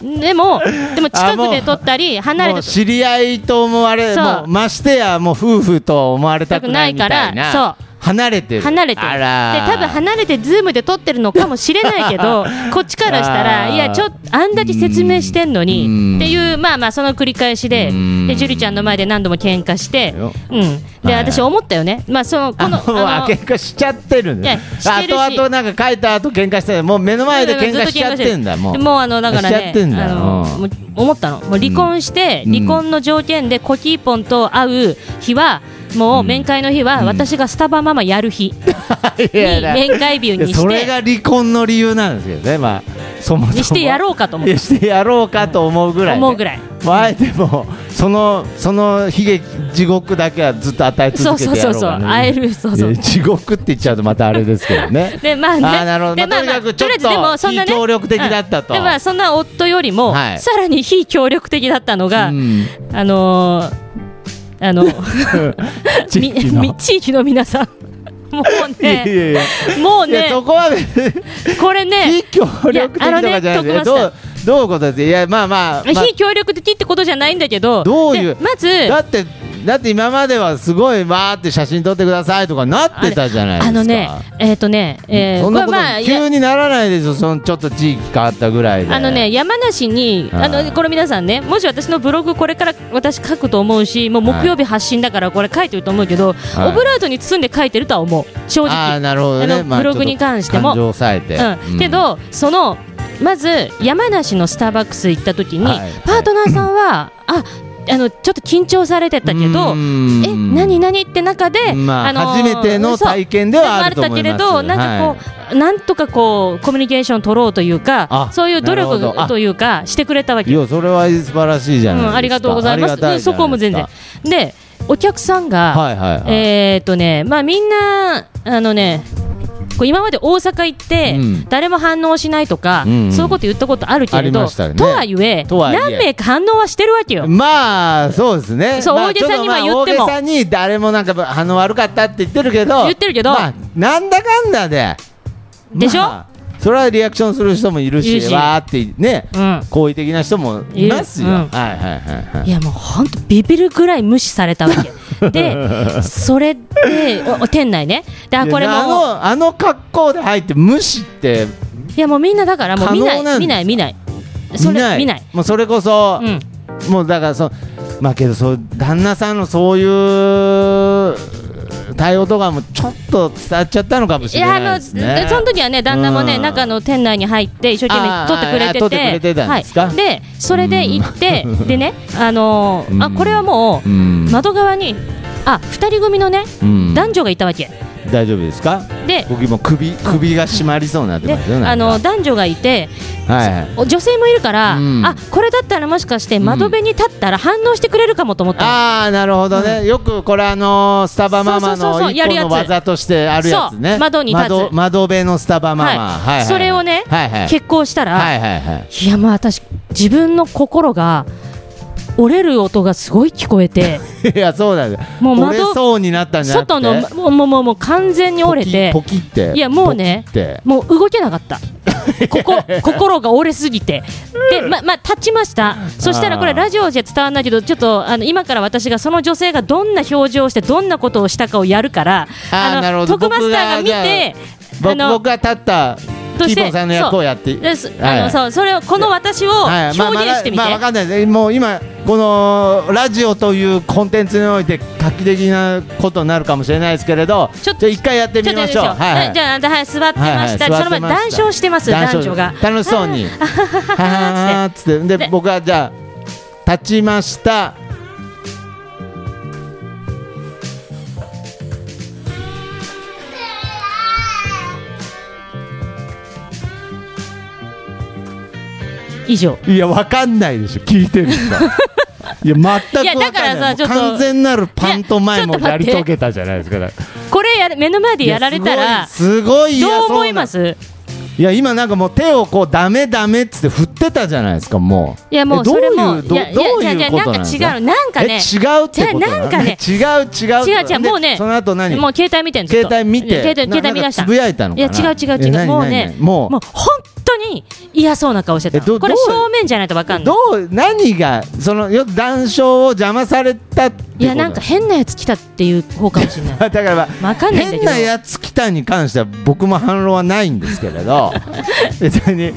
Speaker 3: でもでも近くで撮ったり離れ
Speaker 2: も
Speaker 3: て
Speaker 2: う知り合いと思われ
Speaker 3: そう
Speaker 2: もうましてやもう夫婦と思われたくないみたいな
Speaker 3: たくないからそう
Speaker 2: 離れてる
Speaker 3: 離れてる
Speaker 2: あ
Speaker 3: で
Speaker 2: らー
Speaker 3: 多分離れてズームで撮ってるのかもしれない けどこっちからした
Speaker 2: あ
Speaker 3: ら
Speaker 2: ー
Speaker 3: いやちょっとあんだけ説明してんの
Speaker 2: うん
Speaker 3: にっていうまあまあその繰り返しで
Speaker 2: うん
Speaker 3: で樹里ちゃんの前で何度も喧嘩して
Speaker 2: よ
Speaker 3: うん
Speaker 2: はい
Speaker 3: で私思ったよねまあそのこの
Speaker 2: あもう
Speaker 3: あ
Speaker 2: あ
Speaker 3: の
Speaker 2: 喧嘩しちゃってるんだ
Speaker 3: いやしてるし
Speaker 2: 後々なんか書いた後喧嘩してるもう目の前で喧嘩しちゃってんだ
Speaker 3: ずっと
Speaker 2: も
Speaker 3: 喧嘩し
Speaker 2: う
Speaker 3: てるもうあのだか
Speaker 2: し
Speaker 3: ら
Speaker 2: ちゃっ
Speaker 3: ね
Speaker 2: てんだ
Speaker 3: あの
Speaker 2: うん
Speaker 3: もう思ったのもう離婚して、
Speaker 2: うん
Speaker 3: 離婚の条件でコキーポンと会う日はもう面会の日は私がスタバママやる日 に
Speaker 2: いやだ
Speaker 3: 面会日にして
Speaker 2: それが離婚の理由なんですけどねまあそもそも
Speaker 3: にしてやろうかと思って
Speaker 2: いやしてやろうかと思うぐらいね、
Speaker 3: 思うぐらい
Speaker 2: もうあえてもうそのその悲劇地獄だけはずっと与え続
Speaker 3: そう
Speaker 2: け
Speaker 3: そう
Speaker 2: てや
Speaker 3: そ
Speaker 2: ろ
Speaker 3: う
Speaker 2: う
Speaker 3: そう
Speaker 2: かな
Speaker 3: 会えるそうそう
Speaker 2: いや地獄って言っちゃうとまたあれですけどね
Speaker 3: でまあね、
Speaker 2: あーなるほど
Speaker 3: で
Speaker 2: まあとにかくちょっと非協力的だったと
Speaker 3: うんでまあそんな夫よりも、
Speaker 2: はい
Speaker 3: さらに非協力的だったのが、
Speaker 2: うん
Speaker 3: あのー、あの
Speaker 2: 地域の
Speaker 3: みみ地域の皆さん、 もう
Speaker 2: いやい
Speaker 3: ね、
Speaker 2: やいや
Speaker 3: もう
Speaker 2: いや
Speaker 3: ね
Speaker 2: そ、こは
Speaker 3: これね
Speaker 2: 非、協力的とかじゃない
Speaker 3: いやあのね
Speaker 2: どうどういうことですいやまあまあ、まあ
Speaker 3: 非協力的ってことじゃないんだけど、
Speaker 2: どういう
Speaker 3: でまず、
Speaker 2: だってだって今まではすごいわーって写真撮ってくださいとかなってたじゃないです
Speaker 3: あ
Speaker 2: か
Speaker 3: のね、えっ、とね、えー
Speaker 2: そんなこと
Speaker 3: これまあいや
Speaker 2: 急にならないでしょそのちょっと地域変わったぐらいで
Speaker 3: あのね山梨に
Speaker 2: あ
Speaker 3: あ
Speaker 2: ー
Speaker 3: のこれ皆さんねもし私のブログこれから私書くと思うしもう木曜日発信だからこれ書いてると思うけど、
Speaker 2: はい
Speaker 3: オブラートに包んで書いてるとは思う正
Speaker 2: あー
Speaker 3: 直、
Speaker 2: なるほど
Speaker 3: あ
Speaker 2: ね
Speaker 3: のブログに関しても
Speaker 2: ちょっと感情抑えて、
Speaker 3: うん、けどそのまず山梨のスターバックス行った時に、
Speaker 2: はい
Speaker 3: パートナーさんはああのちょっと緊張されてたけど
Speaker 2: うん
Speaker 3: え何何って中で、
Speaker 2: まあ
Speaker 3: の
Speaker 2: 初めての
Speaker 3: そう
Speaker 2: 体験ではあると思います
Speaker 3: でもあるんだけれどなんかこう、なんとかこうコミュニケーションを取ろうという
Speaker 2: あ
Speaker 3: かそういう努
Speaker 2: なるほどあ
Speaker 3: 力というかしてくれたわけ
Speaker 2: いやそれは素晴らしいじゃないですか、
Speaker 3: うん、ありがとうございます。
Speaker 2: ありがた
Speaker 3: うん
Speaker 2: じゃ
Speaker 3: そこ
Speaker 2: な
Speaker 3: も
Speaker 2: いで
Speaker 3: 全
Speaker 2: すか
Speaker 3: 然。で、お客さんが、
Speaker 2: はいはいはい、
Speaker 3: えーっとね、まあみんな、あのね、こう今まで大阪行って、
Speaker 2: うん
Speaker 3: 誰も反応しないとか、
Speaker 2: うんうん
Speaker 3: そういうこと言ったことあるけれ
Speaker 2: あり
Speaker 3: ど、
Speaker 2: ましたよね
Speaker 3: とはいえ
Speaker 2: とはいえ
Speaker 3: 何名か反応はしてるわけよ。
Speaker 2: まあそうですね
Speaker 3: そう
Speaker 2: まあ
Speaker 3: 大げさには
Speaker 2: ちょ
Speaker 3: 言
Speaker 2: とまあ
Speaker 3: って
Speaker 2: 大
Speaker 3: も
Speaker 2: げさに誰もなんか反応悪かったって言ってるけど
Speaker 3: 言ってるけど
Speaker 2: まあ、なんだかんだで
Speaker 3: でしょ
Speaker 2: まあそれはリアクションする人もいる
Speaker 3: い
Speaker 2: し
Speaker 3: るし
Speaker 2: わーってね、
Speaker 3: うん
Speaker 2: 好意的な人もいますよ、
Speaker 3: いるう
Speaker 2: は
Speaker 3: ん
Speaker 2: いはいはいはい
Speaker 3: いやもう本当ビビるぐらい無視されたわ けでそれでおお店内ねであこれ
Speaker 2: い
Speaker 3: も
Speaker 2: やあ
Speaker 3: う
Speaker 2: のあの格好で入って無視って
Speaker 3: いやもうみんなだからもう見な
Speaker 2: 可能なんです
Speaker 3: い見ない見ないそ
Speaker 2: 見
Speaker 3: れ
Speaker 2: ない
Speaker 3: 見ない
Speaker 2: もうそれこそ、
Speaker 3: うん
Speaker 2: もうだからそうまあけどそう旦那さんのそういう対応とかもちょっと伝わっちゃったのかもし
Speaker 3: い
Speaker 2: れ
Speaker 3: や
Speaker 2: な
Speaker 3: あ
Speaker 2: い
Speaker 3: の
Speaker 2: ですね
Speaker 3: でその時はね旦那もね
Speaker 2: うん
Speaker 3: 中の店内に入って一生懸
Speaker 2: あー
Speaker 3: 命撮ってくれて
Speaker 2: あー撮ってくれてたんですか
Speaker 3: はい、でそれで行ってでねあのーあこれはも
Speaker 2: う
Speaker 3: うん窓側にあ二人組のね
Speaker 2: うん
Speaker 3: 男女がいたわけ
Speaker 2: 大丈夫ですか
Speaker 3: で
Speaker 2: 僕も首首が締まりそうになって
Speaker 3: で
Speaker 2: ますよ
Speaker 3: あの
Speaker 2: なんか
Speaker 3: 男女がいて
Speaker 2: はいはい
Speaker 3: お女性もいるから、
Speaker 2: うん
Speaker 3: あこれだったらもしかして窓辺に立ったら反応してくれるかもと思ったの、
Speaker 2: ああなるほどね、よくこれあのースタバママ
Speaker 3: そうそうそうそ
Speaker 2: の
Speaker 3: うや
Speaker 2: 一個
Speaker 3: るやつ
Speaker 2: の技としてあるやつね
Speaker 3: そう窓に立つ
Speaker 2: 窓窓辺のスタバママ、はいはいはい
Speaker 3: それをね、
Speaker 2: はいはい
Speaker 3: 結婚したら、
Speaker 2: はいはいはい
Speaker 3: い、やまあ私自分の心が折れる音がすごい聞こえて
Speaker 2: い やそうだよ
Speaker 3: もう窓
Speaker 2: 折れそうになったんじゃなくて
Speaker 3: 外のもうもうもうもう完全に折れて
Speaker 2: ポキポキって
Speaker 3: いやもうね
Speaker 2: ポキって
Speaker 3: もう動けな かった。ここ心が折れすぎて、で、ま、まあ、立ちました、そしたらこれ、
Speaker 2: あー
Speaker 3: ラジオじゃ伝わらないけど、ちょっとあの今から私がその女性がどんな表情をして、どんなことをしたかをやるから、
Speaker 2: あーなるほ
Speaker 3: の
Speaker 2: ど
Speaker 3: 徳マスターが見て、
Speaker 2: 僕僕が立った
Speaker 3: と
Speaker 2: キ
Speaker 3: し
Speaker 2: ー
Speaker 3: て
Speaker 2: ボンさんの役をやって
Speaker 3: そうです
Speaker 2: はい
Speaker 3: あのそうそれをこの私を表
Speaker 2: はい
Speaker 3: 現
Speaker 2: まあまあ
Speaker 3: してみて、
Speaker 2: まあわかんないですもう今このラジオというコンテンツにおいて画期的なことになるかもしれないですけれど
Speaker 3: ちょっと
Speaker 2: じゃあ一回やってみましょう
Speaker 3: ちょっと
Speaker 2: はいはい
Speaker 3: じゃあ、はい、座ってました、
Speaker 2: はいはい
Speaker 3: その前
Speaker 2: 座ってました
Speaker 3: 談笑してます
Speaker 2: 談笑
Speaker 3: 男女が
Speaker 2: 楽しそう にはーっつってで
Speaker 3: で
Speaker 2: 僕はじゃあ立ちました
Speaker 3: 以上
Speaker 2: いやわかんないでしょ聞いてる 人いや全くわかん
Speaker 3: い
Speaker 2: ない
Speaker 3: やだからさ
Speaker 2: もう
Speaker 3: ちょっと
Speaker 2: 完全なるパントマイムを
Speaker 3: いやちょっ
Speaker 2: や
Speaker 3: と
Speaker 2: り
Speaker 3: 待って
Speaker 2: 遂げたじゃないですかだから
Speaker 3: これやる目の前でやられた
Speaker 2: い
Speaker 3: ら
Speaker 2: やすごいすごい嫌
Speaker 3: どう
Speaker 2: そうな
Speaker 3: 思います
Speaker 2: いや今なんかもう手をこうダメダメっつって振ってたじゃないですかもう
Speaker 3: いやもう
Speaker 2: えど
Speaker 3: そう
Speaker 2: い
Speaker 3: れ
Speaker 2: う
Speaker 3: も
Speaker 2: ど
Speaker 3: いやい
Speaker 2: どう
Speaker 3: やい
Speaker 2: い
Speaker 3: や
Speaker 2: うこと
Speaker 3: なん
Speaker 2: なん
Speaker 3: か
Speaker 2: です
Speaker 3: 違うなんか
Speaker 2: え
Speaker 3: ね
Speaker 2: 違うってこと
Speaker 3: じゃあなんかね
Speaker 2: 違う違う
Speaker 3: 違う違うもうね
Speaker 2: でその後何
Speaker 3: もう携帯見てんずっと
Speaker 2: 携帯見
Speaker 3: いや
Speaker 2: て
Speaker 3: 携帯
Speaker 2: な
Speaker 3: 携帯見出した
Speaker 2: なんかつぶやいたのか
Speaker 3: いや
Speaker 2: な
Speaker 3: 違う違う
Speaker 2: え
Speaker 3: 違う
Speaker 2: 何
Speaker 3: もうね
Speaker 2: 何もう
Speaker 3: もう本当に嫌そうな顔して
Speaker 2: え
Speaker 3: た
Speaker 2: ど
Speaker 3: これ
Speaker 2: どう
Speaker 3: 正面じゃないとわかんない
Speaker 2: どう何がそのよ談笑を邪魔されたってこと
Speaker 3: いやなんか変なやつ来たっていう方かもしれな
Speaker 2: だ
Speaker 3: い
Speaker 2: からまあ
Speaker 3: わかんないんだけ
Speaker 2: 変
Speaker 3: ど
Speaker 2: なやつ来たに関しては僕も反論はないんですけれ ど別に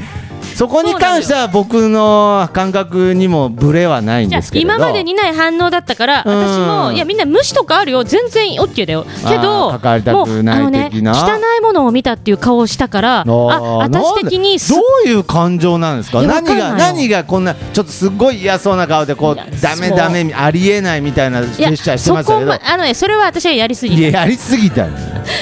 Speaker 2: そこに関しては僕の感覚にもブレはないん
Speaker 3: じゃ
Speaker 2: で
Speaker 3: あ
Speaker 2: すけれど
Speaker 3: 今までにない反応だったから
Speaker 2: うん
Speaker 3: 私もいやみんな無視とかあるよ全然 OK だよけ
Speaker 2: あ
Speaker 3: ど
Speaker 2: ー関わりた
Speaker 3: も
Speaker 2: く
Speaker 3: う
Speaker 2: ない
Speaker 3: あのね汚
Speaker 2: 的ない
Speaker 3: ものを見たっていう顔をしたからあ
Speaker 2: あー
Speaker 3: 私的にす
Speaker 2: なんでどういう感情なんですか
Speaker 3: いや
Speaker 2: 何
Speaker 3: わかん
Speaker 2: が
Speaker 3: ないの
Speaker 2: 何がこんなちょっとすごい嫌そうな顔でこう
Speaker 3: いや
Speaker 2: ダメ
Speaker 3: そう
Speaker 2: ダメありえないみたいなジ
Speaker 3: い
Speaker 2: ェ
Speaker 3: や
Speaker 2: スチャーして
Speaker 3: そ
Speaker 2: ました
Speaker 3: こ
Speaker 2: けど
Speaker 3: まあのねそれは私はやりすぎ
Speaker 2: いや
Speaker 3: た
Speaker 2: やりすぎたね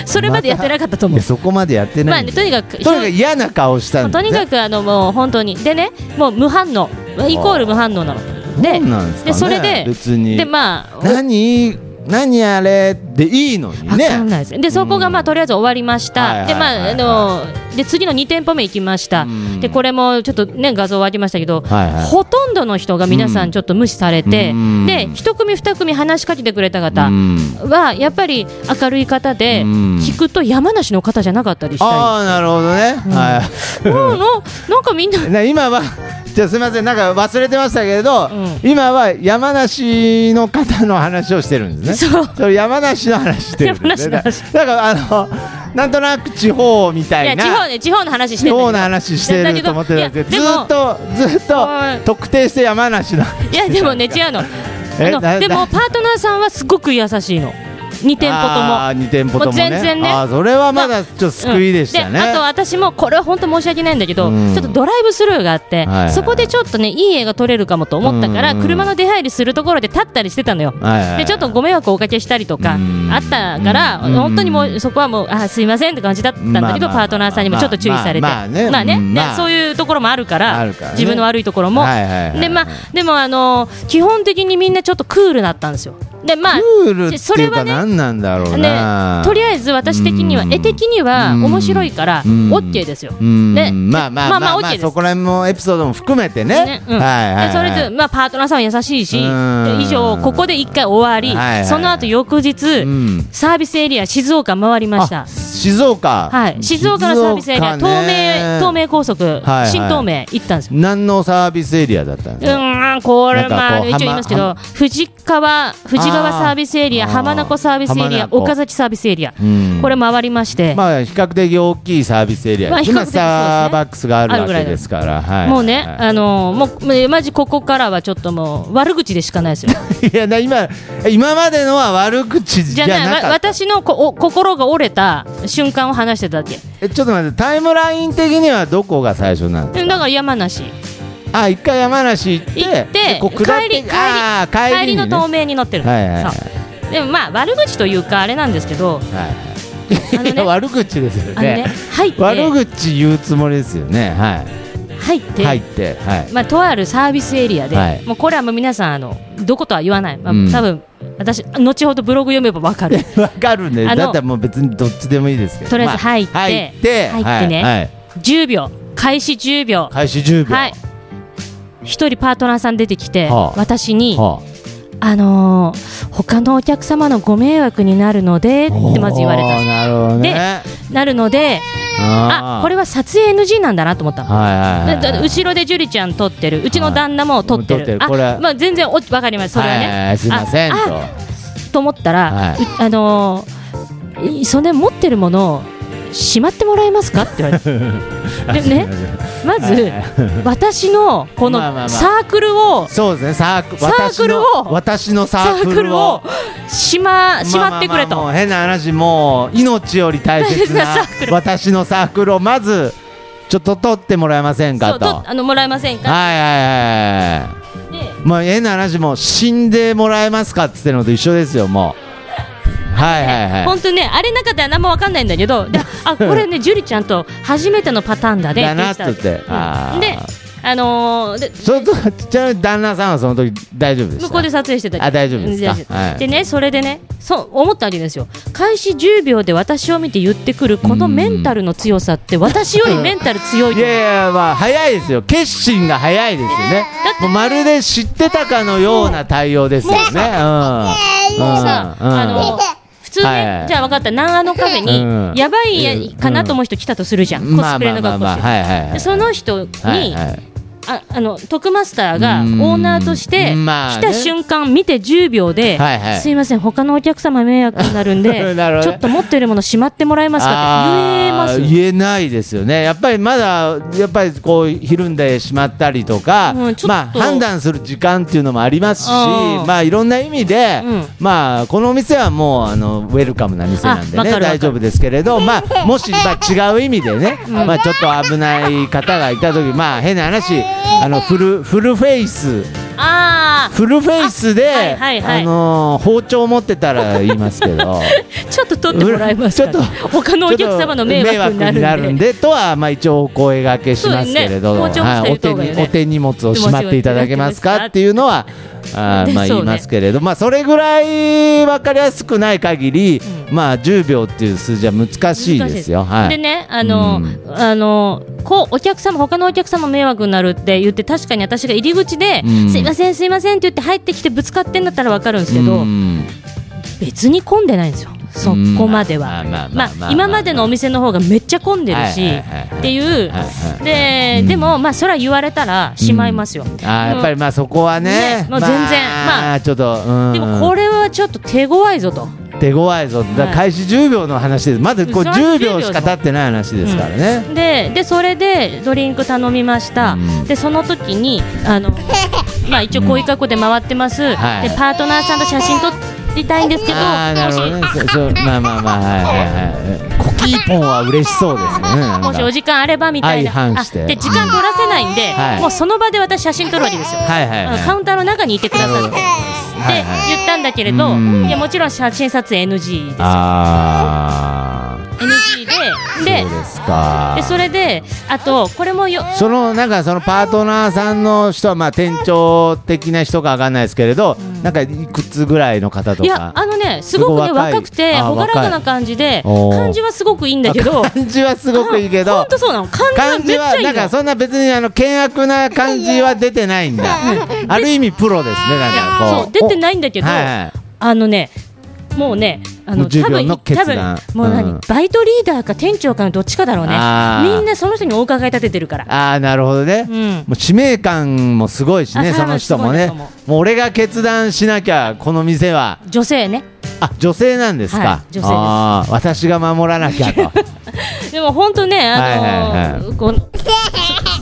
Speaker 3: それまでやってなかったと
Speaker 2: い
Speaker 3: 思う
Speaker 2: やそこまでやって
Speaker 3: ま
Speaker 2: な
Speaker 3: あ
Speaker 2: いん
Speaker 3: ね
Speaker 2: だ
Speaker 3: とにか
Speaker 2: と
Speaker 3: く
Speaker 2: にかく嫌な顔した
Speaker 3: もうんと
Speaker 2: だ
Speaker 3: にかくあのもう本当にでねもう無反応イコール無反応なので
Speaker 2: そうなんですかね
Speaker 3: でそれで
Speaker 2: 別に
Speaker 3: でまあ
Speaker 2: 何何あれでいいのに
Speaker 3: わ
Speaker 2: ね
Speaker 3: かんないです、でそこがまあとりあえず終わりまし
Speaker 2: はい
Speaker 3: た、
Speaker 2: はい
Speaker 3: でまあ
Speaker 2: はい
Speaker 3: あので次の2店舗目行きました、
Speaker 2: ん
Speaker 3: でこれもちょっとね画像を上げましたけど、
Speaker 2: はいはい
Speaker 3: ほとんどの人が皆さんちょっと無視されて、
Speaker 2: うん
Speaker 3: で1組2組話しかけてくれた方
Speaker 2: うん
Speaker 3: はやっぱり明るい方で、
Speaker 2: うん
Speaker 3: 聞くと山梨の方じゃなかったりした
Speaker 2: ああなるほどね、は
Speaker 3: り、 うん、のなんかみんな、
Speaker 2: いな今は じゃあすみませんなんか忘れてましたけど、
Speaker 3: ん
Speaker 2: 今は山梨の方の話をしてるんですね
Speaker 3: そう
Speaker 2: それ山梨の話してるんですね
Speaker 3: 山梨
Speaker 2: だからあのなんとなく地方みた
Speaker 3: いや
Speaker 2: いな
Speaker 3: 地方で地方の話して
Speaker 2: 地
Speaker 3: んだ
Speaker 2: 方
Speaker 3: けど
Speaker 2: の話してると思ってたんですけど
Speaker 3: い
Speaker 2: ず
Speaker 3: や
Speaker 2: ーっとずーっ
Speaker 3: は
Speaker 2: と
Speaker 3: い
Speaker 2: 特定して山梨の話
Speaker 3: いやでもね違うのあ
Speaker 2: え
Speaker 3: の
Speaker 2: な
Speaker 3: で
Speaker 2: な
Speaker 3: もパートナーさんはすごく優しいの2店舗とも
Speaker 2: あー二店舗ともね
Speaker 3: もう全然ね
Speaker 2: あーそれはまだちょっと救いでしたね、
Speaker 3: うんあと私もこれは本当申し訳ないんだけど、
Speaker 2: うん
Speaker 3: ちょっとドライブスルーがあっ
Speaker 2: は
Speaker 3: て、
Speaker 2: いはい
Speaker 3: そこでちょっとねいい映画撮れるかもと思ったから、
Speaker 2: うん
Speaker 3: 車の出入りするところで立ったりしてたのよ、
Speaker 2: はいはいはい
Speaker 3: でちょっとご迷惑をおかけしたりとか
Speaker 2: うん
Speaker 3: あったから、
Speaker 2: うん
Speaker 3: 本当にもうそこはもうあすいませんって感じだったんだけど、
Speaker 2: まあまあまあ
Speaker 3: パートナーさんにもちょっと注意されて、
Speaker 2: まあまあまあねうん
Speaker 3: で
Speaker 2: まあ
Speaker 3: そういうところもある
Speaker 2: あ
Speaker 3: から
Speaker 2: るからね
Speaker 3: 自分の悪いところも、
Speaker 2: はいはいはいはい
Speaker 3: でまあでもあのー基本的にみんなちょっとクールだったんですよでまあ
Speaker 2: ルール
Speaker 3: そ
Speaker 2: ってい
Speaker 3: れ
Speaker 2: うか
Speaker 3: はね
Speaker 2: 何なんだろうな
Speaker 3: ね、とりあえず私的には
Speaker 2: うん
Speaker 3: 絵的には
Speaker 2: うん
Speaker 3: 面白いから
Speaker 2: うん
Speaker 3: オッケーですよ。
Speaker 2: うん
Speaker 3: ね
Speaker 2: まあまあま
Speaker 3: ま
Speaker 2: あ
Speaker 3: あ
Speaker 2: ま
Speaker 3: ま
Speaker 2: あ、
Speaker 3: あ OK です
Speaker 2: そこら辺もエピソードも含めてね
Speaker 3: ねうん
Speaker 2: はいはい、はい、
Speaker 3: でそれで、まあ、パートナーさんは優しいし
Speaker 2: うん
Speaker 3: で以上ここで一回終わり、
Speaker 2: はいはい
Speaker 3: その後翌日、
Speaker 2: うん
Speaker 3: サービスエリア静岡回りました
Speaker 2: あ。静岡
Speaker 3: はい、静岡のサービスエリア、
Speaker 2: 静
Speaker 3: 東
Speaker 2: 岡ね
Speaker 3: 名、東名高速、
Speaker 2: はい
Speaker 3: 新東名行ったんですよ。
Speaker 2: 何のサービスエリアだったんで
Speaker 3: う
Speaker 2: すか、
Speaker 3: ーん、これ、
Speaker 2: なんかこう
Speaker 3: まあ、一応言いますけど、藤川、藤川
Speaker 2: あー
Speaker 3: サービスエリア、
Speaker 2: あー
Speaker 3: 浜名湖サービスエ
Speaker 2: 浜
Speaker 3: リ
Speaker 2: 名
Speaker 3: ア、
Speaker 2: 湖
Speaker 3: 岡崎サービスエリア、
Speaker 2: うん
Speaker 3: これ回りまして、
Speaker 2: まあ比較的大きいサービスエリア、
Speaker 3: まあ比較
Speaker 2: 今
Speaker 3: 的
Speaker 2: スターバックスがある
Speaker 3: ある
Speaker 2: わ
Speaker 3: ぐら
Speaker 2: け
Speaker 3: いだ
Speaker 2: ですから、はい、
Speaker 3: もうね、
Speaker 2: はい
Speaker 3: あのーもう、まじここからはちょっともう、悪口でしかないですよ。
Speaker 2: いやな今今までのは悪口じ
Speaker 3: じゃ
Speaker 2: ゃ
Speaker 3: あない
Speaker 2: な
Speaker 3: わ
Speaker 2: かった
Speaker 3: 私のこお心が折れた瞬間を話してただけ。
Speaker 2: えちょっと待ってタイムライン的にはどこが最初なんです
Speaker 3: だ
Speaker 2: か
Speaker 3: から山梨
Speaker 2: あ一回山梨行って
Speaker 3: 行って
Speaker 2: でこう下って
Speaker 3: 帰り帰り
Speaker 2: あー
Speaker 3: 帰
Speaker 2: 帰り
Speaker 3: り
Speaker 2: にね
Speaker 3: の透明に乗ってる、
Speaker 2: はいはいはい
Speaker 3: そうでもまあ悪口というかあれなんですけど
Speaker 2: はい
Speaker 3: あ
Speaker 2: は
Speaker 3: の
Speaker 2: い、
Speaker 3: ね
Speaker 2: いや 悪口ですよ
Speaker 3: あのね
Speaker 2: ね
Speaker 3: 入って
Speaker 2: 悪口言うつもりですよねは
Speaker 3: 入って、
Speaker 2: い入ってはい
Speaker 3: まあ、とあるサービスエリアで、
Speaker 2: はい
Speaker 3: もうこれはもう皆さんあのどことは言わない、まあ
Speaker 2: うん
Speaker 3: 多分私後ほどブログ読めばわ かる
Speaker 2: わかるね
Speaker 3: あの
Speaker 2: だったらもう別にどっちでもいいですけど
Speaker 3: とりあえず入って
Speaker 2: まあ入って
Speaker 3: 入ってね
Speaker 2: はいはい
Speaker 3: 10秒開始10秒
Speaker 2: 開始10秒
Speaker 3: はい一人パートナーさん出てきて、
Speaker 2: はあ
Speaker 3: 私に、
Speaker 2: は
Speaker 3: あのー他のお客様のご迷惑になるのでって
Speaker 2: あ
Speaker 3: まず言われたん
Speaker 2: おー
Speaker 3: で
Speaker 2: なるほどね
Speaker 3: すなるのであこれ
Speaker 2: は
Speaker 3: は撮影 NG なんだなと思ったの
Speaker 2: はいはい
Speaker 3: だ
Speaker 2: はい
Speaker 3: だ後ろで樹里ちゃん撮ってるうちの旦那も撮ってる,、
Speaker 2: はい撮ってる
Speaker 3: あ
Speaker 2: これは
Speaker 3: まあ、全然お分かりますそれはね、
Speaker 2: はいすいませんと
Speaker 3: あと思ったら、
Speaker 2: はいう
Speaker 3: あのーいそれ持ってるものをしまってもらえますかって言われてでねまず、私のこ
Speaker 2: まあまあまあ
Speaker 3: のサークルを
Speaker 2: そうですねサーク
Speaker 3: サークルを
Speaker 2: 私の私のサ
Speaker 3: サ
Speaker 2: ー
Speaker 3: ー
Speaker 2: ク
Speaker 3: クル
Speaker 2: ルを
Speaker 3: をしましまってくれ
Speaker 2: まあまあまあも
Speaker 3: と
Speaker 2: う変な話もう命より大切 な
Speaker 3: 大切なサークル
Speaker 2: 私のサークルをまずちょっと取ってもらえません
Speaker 3: そ
Speaker 2: かと
Speaker 3: うとあのもらえませんか
Speaker 2: はいはいはいはい
Speaker 3: で
Speaker 2: もう変な話もう死んでもらえますかっつってのと一緒ですよもうはいはいはい
Speaker 3: 本当ねあれなかったら何もわかんないんだけどで あこれね樹里ちゃんと初めてのパターンだね
Speaker 2: だなっ
Speaker 3: ってて
Speaker 2: 言
Speaker 3: 言
Speaker 2: っ
Speaker 3: っててたわ
Speaker 2: あー
Speaker 3: けうんであのーで
Speaker 2: それとちなみに旦那さんはその時大丈夫でした
Speaker 3: 向こうで撮影してた
Speaker 2: あ大丈夫ですか
Speaker 3: うん大丈夫
Speaker 2: はい
Speaker 3: でねそれでねそう思ったわけですよ開始10秒で私を見て言ってくるこのメンタルの強 さって私よりメンタル強い
Speaker 2: い
Speaker 3: と思う
Speaker 2: やいやまあ早いですよ決心が早いですよね
Speaker 3: だって
Speaker 2: もうまるで知ってたかのような対応ですよねうん
Speaker 3: もうさ、
Speaker 2: うん
Speaker 3: あの普通ね、
Speaker 2: はいはい
Speaker 3: じゃあ分かった南アのカフェ
Speaker 2: うん
Speaker 3: にやばいやかなと思う人来たとするじゃん、
Speaker 2: うん
Speaker 3: コスプレの格好
Speaker 2: まあまあまあ
Speaker 3: して、
Speaker 2: まあはいはいはい
Speaker 3: でその人に、
Speaker 2: はいはい
Speaker 3: ああの徳マスターが
Speaker 2: う
Speaker 3: オ
Speaker 2: ん
Speaker 3: ーナーとして
Speaker 2: まあね
Speaker 3: 来た瞬間見て10秒で、
Speaker 2: はいはい
Speaker 3: すいません他のお客様迷惑になるんで
Speaker 2: なるほどね
Speaker 3: ちょっと持ってるものしまってもらえますかって言えます
Speaker 2: あー言えないですよねやっぱりまだやっぱりこうひるんでしまったりとか、
Speaker 3: うんちょっと
Speaker 2: まあ判断する時間っていうのもありますし
Speaker 3: うん
Speaker 2: まあいろんな意味で、
Speaker 3: うん
Speaker 2: まあこのお店はもうあのウェルカムな店なんで
Speaker 3: あわ
Speaker 2: ね
Speaker 3: かるわか
Speaker 2: 大
Speaker 3: る
Speaker 2: 丈夫ですけれどまあもし、まあ、違う意味でね、まあちょっと危ない方がいた時まあ変な話あのフルフルフェイス
Speaker 3: あ
Speaker 2: フルフェイスであ、
Speaker 3: あはいはいはい
Speaker 2: のー包丁持ってたら言いますけど。
Speaker 3: あちょっと取ってもらえますか、
Speaker 2: ちょ
Speaker 3: ね
Speaker 2: っ、
Speaker 3: 他のお客様の迷惑になるんで
Speaker 2: 迷惑にとは、まあ、一応お声がけしますけれど、
Speaker 3: そうですね
Speaker 2: はい、お
Speaker 3: 包
Speaker 2: 手
Speaker 3: 丁持ってる人がいる
Speaker 2: に
Speaker 3: ね
Speaker 2: お手荷物をしまっていただけますかっていうのはあーまあ
Speaker 3: そう
Speaker 2: 言
Speaker 3: ね
Speaker 2: いますけれど、まあ、それぐらい分かりやすくない限り、まあ、10秒っていう数字は難しいですよ。は
Speaker 3: で
Speaker 2: い
Speaker 3: ね、あの、
Speaker 2: うん
Speaker 3: あの、こう、お客様、他のお客様迷惑になるって言って、確かに私が入り口で、
Speaker 2: うん
Speaker 3: すいません、すいませんって言って入ってきてぶつかってんだったらわかるんですけど、
Speaker 2: うん
Speaker 3: 別に混んでないんですよ。そこまでは。
Speaker 2: うんまあまあまあまあ
Speaker 3: ま
Speaker 2: まあ
Speaker 3: あ、今までのお店の方がめっちゃ混んでるし、
Speaker 2: はいはいはいはい
Speaker 3: っていう
Speaker 2: はいはい。
Speaker 3: で、でも、まあ、それは言われたらしまいますよ。
Speaker 2: あーやっぱりまあそこはね
Speaker 3: ねもう全然
Speaker 2: ま
Speaker 3: ま
Speaker 2: あちょっと、うん
Speaker 3: でも、これはちょっと手強いぞと。
Speaker 2: 手強いぞだから開始10秒の話ですまだこう
Speaker 3: うん30
Speaker 2: 10秒しか経ってない話ですからね、
Speaker 3: ででそれでドリンク頼みました、
Speaker 2: うん
Speaker 3: でその時にあのまあ一応こういう格好で回ってます、
Speaker 2: はい
Speaker 3: でパートナーさんと写真撮りたいんですけど
Speaker 2: ああなるほどねそそうまあまあまあはいはいはいコキーポンは嬉しそうですねなんか
Speaker 3: もしお時間あればみたいな
Speaker 2: 相反して
Speaker 3: あで時間取らせないんで、
Speaker 2: はい
Speaker 3: もうその場で私写真撮るわけですよ、
Speaker 2: はいはいはい
Speaker 3: あのカウンターの中にいてくださいって
Speaker 2: はいはい
Speaker 3: 言ったんだけれど、
Speaker 2: うん
Speaker 3: いやもちろん写真撮影 NG ですよ
Speaker 2: あ
Speaker 3: NG でで
Speaker 2: そうですか
Speaker 3: でそれであとこれもよ
Speaker 2: そのなんかそのパートナーさんの人はまあ店長的な人かわかんないですけれど、なんかいくつぐらいの方とか
Speaker 3: いやあのねすごくね
Speaker 2: すごい若い
Speaker 3: 若くて
Speaker 2: あ
Speaker 3: 朗らかな
Speaker 2: 若い
Speaker 3: 感じで
Speaker 2: おー
Speaker 3: 感じはすごくいいんだけ ど
Speaker 2: 漢字はすごくいい け
Speaker 3: 本
Speaker 2: ど
Speaker 3: 当そうなの感じは
Speaker 2: 漢
Speaker 3: めっち
Speaker 2: 字
Speaker 3: ゃ
Speaker 2: はい
Speaker 3: い
Speaker 2: な
Speaker 3: の
Speaker 2: んかそんな別にあの険悪な漢字は出てないんだある意味プロですねなんかこ
Speaker 3: そうう出てないんだけど、
Speaker 2: はいはい
Speaker 3: あのねもうねあ
Speaker 2: もう10
Speaker 3: 多分
Speaker 2: 秒の決断
Speaker 3: 多分もう何、
Speaker 2: うん
Speaker 3: バイトリーダーか店長かのどっちかだろうね
Speaker 2: あー
Speaker 3: みんなその人にお伺い立ててるから
Speaker 2: ああなるほどね、
Speaker 3: うん
Speaker 2: もう使命感もすごいしね
Speaker 3: あ
Speaker 2: その人もね
Speaker 3: すごい
Speaker 2: も
Speaker 3: と
Speaker 2: う俺が決断しなきゃこの店は
Speaker 3: 女性ね
Speaker 2: あ女性なんですか、
Speaker 3: はい女性です
Speaker 2: あー私が守らなきゃと
Speaker 3: でも本当ね
Speaker 2: はいは
Speaker 3: あ
Speaker 2: い
Speaker 3: のーこの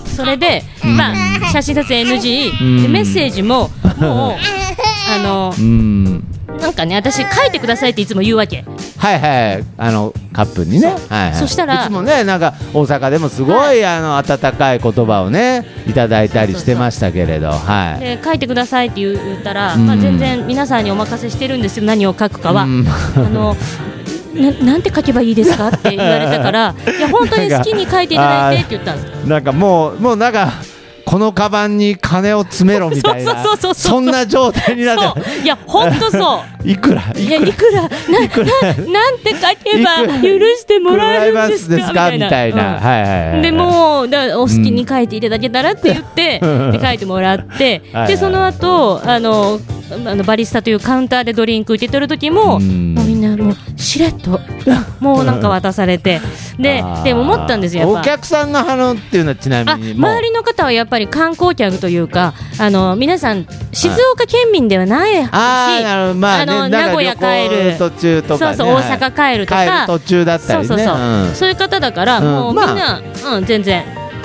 Speaker 3: そそれで、まあ写真撮影 NG、
Speaker 2: うん
Speaker 3: でメッセージももう あの
Speaker 2: うーん
Speaker 3: ーなんかね私書いてくださいっていつも言うわけ
Speaker 2: はいはいあのカップにね
Speaker 3: そう
Speaker 2: はいはい、
Speaker 3: そしたら
Speaker 2: いつもねなんか大阪でもすごい、
Speaker 3: は
Speaker 2: あの温かい言葉をねいただいたりしてましたけれどはい
Speaker 3: で書いてくださいって言う言ったら、
Speaker 2: うん
Speaker 3: まあ、全然皆さんにお任せしてるんですよ何を書くかは、
Speaker 2: うん
Speaker 3: あのななんて書けばいいですかって言われたから いや本当に好きに書いていただいてって言ったんです
Speaker 2: なんかもうもうなんかこのカバンに金を詰めろみたいな
Speaker 3: そうそうそうそう
Speaker 2: そんな状態になって
Speaker 3: そういや本当そ
Speaker 2: いくら
Speaker 3: うい
Speaker 2: い
Speaker 3: や
Speaker 2: くら
Speaker 3: いくらなな なんて書けば
Speaker 2: いくら
Speaker 3: 許してもらえるんですか
Speaker 2: もらえますですかみたいな
Speaker 3: うん
Speaker 2: はいはいはい
Speaker 3: でもうだお好きに書いていただけたらって言って、
Speaker 2: うん
Speaker 3: で書いてもらって
Speaker 2: はいはい
Speaker 3: でその後あのあのバリスタというカウンターでドリンク受け取る時も、
Speaker 2: うん
Speaker 3: もうみんなもうしれっともうなんか渡されてで
Speaker 2: あー
Speaker 3: でも思ったんですよや
Speaker 2: お
Speaker 3: っぱ。
Speaker 2: 客さんの反応っていうのはちな
Speaker 3: あ
Speaker 2: みにもう
Speaker 3: 周りの方はやっぱり観光客というかあの皆さん静岡県民ではないし
Speaker 2: あーなるほどまあね
Speaker 3: あの
Speaker 2: なん
Speaker 3: 名古
Speaker 2: か
Speaker 3: 屋帰
Speaker 2: 旅
Speaker 3: る
Speaker 2: 行途中とかね
Speaker 3: そうそう大阪帰るとか
Speaker 2: 帰る途中だったり
Speaker 3: そう
Speaker 2: ね
Speaker 3: そうそう、
Speaker 2: うん
Speaker 3: そういう方だから、
Speaker 2: うん
Speaker 3: もうみ
Speaker 2: まあ
Speaker 3: んな、うん、全然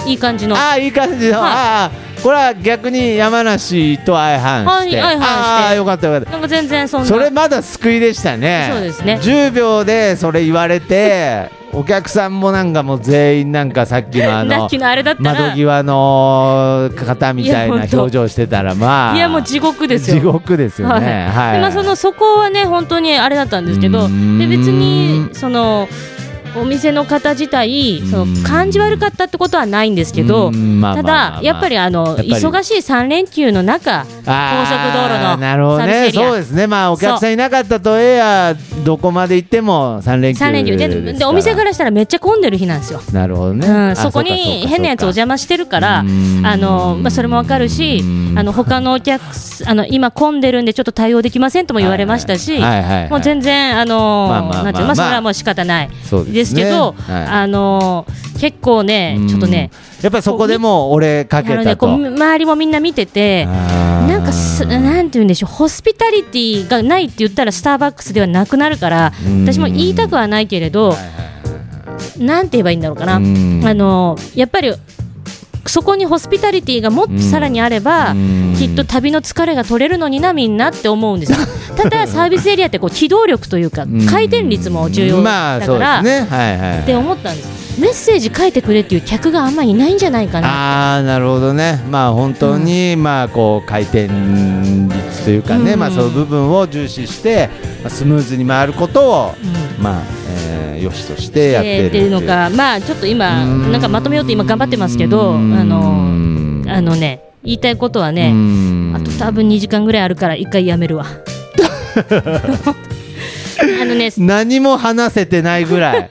Speaker 3: いい感じの
Speaker 2: ああいい感じの、
Speaker 3: はい
Speaker 2: ああこれは逆に山梨と相反して、
Speaker 3: はい相反して
Speaker 2: ああよかったよかっ
Speaker 3: なんか全然そん
Speaker 2: た
Speaker 3: な
Speaker 2: それまだ救いでしたね
Speaker 3: そうですね
Speaker 2: 10秒でそれ言われてお客さんもなんかもう全員なんかさっきの あ
Speaker 3: さ
Speaker 2: の
Speaker 3: っきのあれだったら、
Speaker 2: 窓際の方みたい
Speaker 3: いや
Speaker 2: な
Speaker 3: 本当
Speaker 2: 表情してたらまあ
Speaker 3: いやもう地獄ですよ
Speaker 2: 地獄ですよねはい、
Speaker 3: でまあ、そのそこはね本当にあれだったんですけど
Speaker 2: う
Speaker 3: で
Speaker 2: ーん
Speaker 3: 別にそのお店の方自体そう
Speaker 2: ーん
Speaker 3: の感じ悪かったってことはないんですけど
Speaker 2: うんまあまあ
Speaker 3: た
Speaker 2: まあま
Speaker 3: だ
Speaker 2: あ
Speaker 3: やっぱりあの
Speaker 2: やっぱり
Speaker 3: 忙しい3連休の中高速道路
Speaker 2: あー
Speaker 3: の
Speaker 2: なるほど
Speaker 3: サービス
Speaker 2: ね
Speaker 3: エリ
Speaker 2: そう
Speaker 3: ア
Speaker 2: ですねまあお客さんいなかったとえやどこまで行っても三連休
Speaker 3: 3連休で
Speaker 2: です
Speaker 3: でお店からしたらめっちゃ混んでる日なんですよ。
Speaker 2: なるほどね、
Speaker 3: うん、
Speaker 2: あ
Speaker 3: そこに変なやつお
Speaker 2: ゃ
Speaker 3: 邪魔してるから、あ
Speaker 2: うーん
Speaker 3: のまあ、それもわかるし
Speaker 2: うーん、
Speaker 3: あの他のお客すあの今混んでるんで、ちょっと対応できませんとも言われました
Speaker 2: は
Speaker 3: し、
Speaker 2: いはいはいはい
Speaker 3: もう全然、あ
Speaker 2: まあ
Speaker 3: の
Speaker 2: まあまあ
Speaker 3: なんていうのまあそれはもう仕方ない
Speaker 2: そうですね
Speaker 3: ですけど、
Speaker 2: はい
Speaker 3: あの結構ね、ちょっとね、
Speaker 2: やっぱりそこでもう俺
Speaker 3: あ
Speaker 2: かけ
Speaker 3: の
Speaker 2: た、
Speaker 3: ねことう周りもみんな見てて、
Speaker 2: な
Speaker 3: なんかす、なんていうんでしょう、ホスピタリティがないって言ったら、スターバックスではなくなるから
Speaker 2: うーん、
Speaker 3: 私も言いたくはないけれど、なんて言えばいいんだろうかな、あ
Speaker 2: うん
Speaker 3: のやっぱりそこにホスピタリティがもっとさらにあれば
Speaker 2: うん、
Speaker 3: きっと旅の疲れが取れるのにな、みんなって思うんで すよ。ただ、サービスエリアってこう機動力というか、回転率も重要
Speaker 2: まあ
Speaker 3: だ
Speaker 2: そ
Speaker 3: か
Speaker 2: う
Speaker 3: ら、
Speaker 2: ですねはいはい
Speaker 3: って思ったんです。メッセージ書いてくれっていう客があんまいないんじゃないかな。
Speaker 2: ああなるほどねまあ本当に、まあこう回転率というかね、
Speaker 3: うん
Speaker 2: まあその部分を重視して、まあ、スムーズに回ることを、
Speaker 3: う
Speaker 2: まあ、えー、よしとしてやってる
Speaker 3: えーっていうのが、まあ、ちょっと今、
Speaker 2: うん
Speaker 3: なんかまとめようと今頑張ってますけど、あの、あのね、言いたいことはね、あと多分2時間ぐらいあるから一回やめ るわ。あのね、
Speaker 2: 何も話せてないぐ らい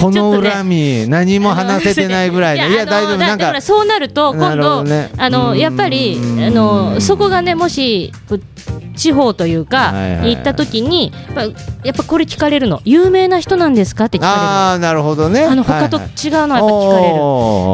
Speaker 2: この恨み、何も話せてないぐらいの、いや
Speaker 3: あの
Speaker 2: 大丈夫
Speaker 3: だ
Speaker 2: なん
Speaker 3: だ
Speaker 2: から
Speaker 3: そうなると
Speaker 2: な
Speaker 3: 今
Speaker 2: るほど
Speaker 3: 度、
Speaker 2: ね
Speaker 3: あ
Speaker 2: う
Speaker 3: の
Speaker 2: ん
Speaker 3: やっぱりあのそこがねもしこう地方というか、
Speaker 2: はいはい
Speaker 3: 行った時にやっぱやっぱこれ聞かれるの有名な人なんですかって聞かれるの
Speaker 2: ああなるほどね
Speaker 3: あの他と違うのはやっぱ聞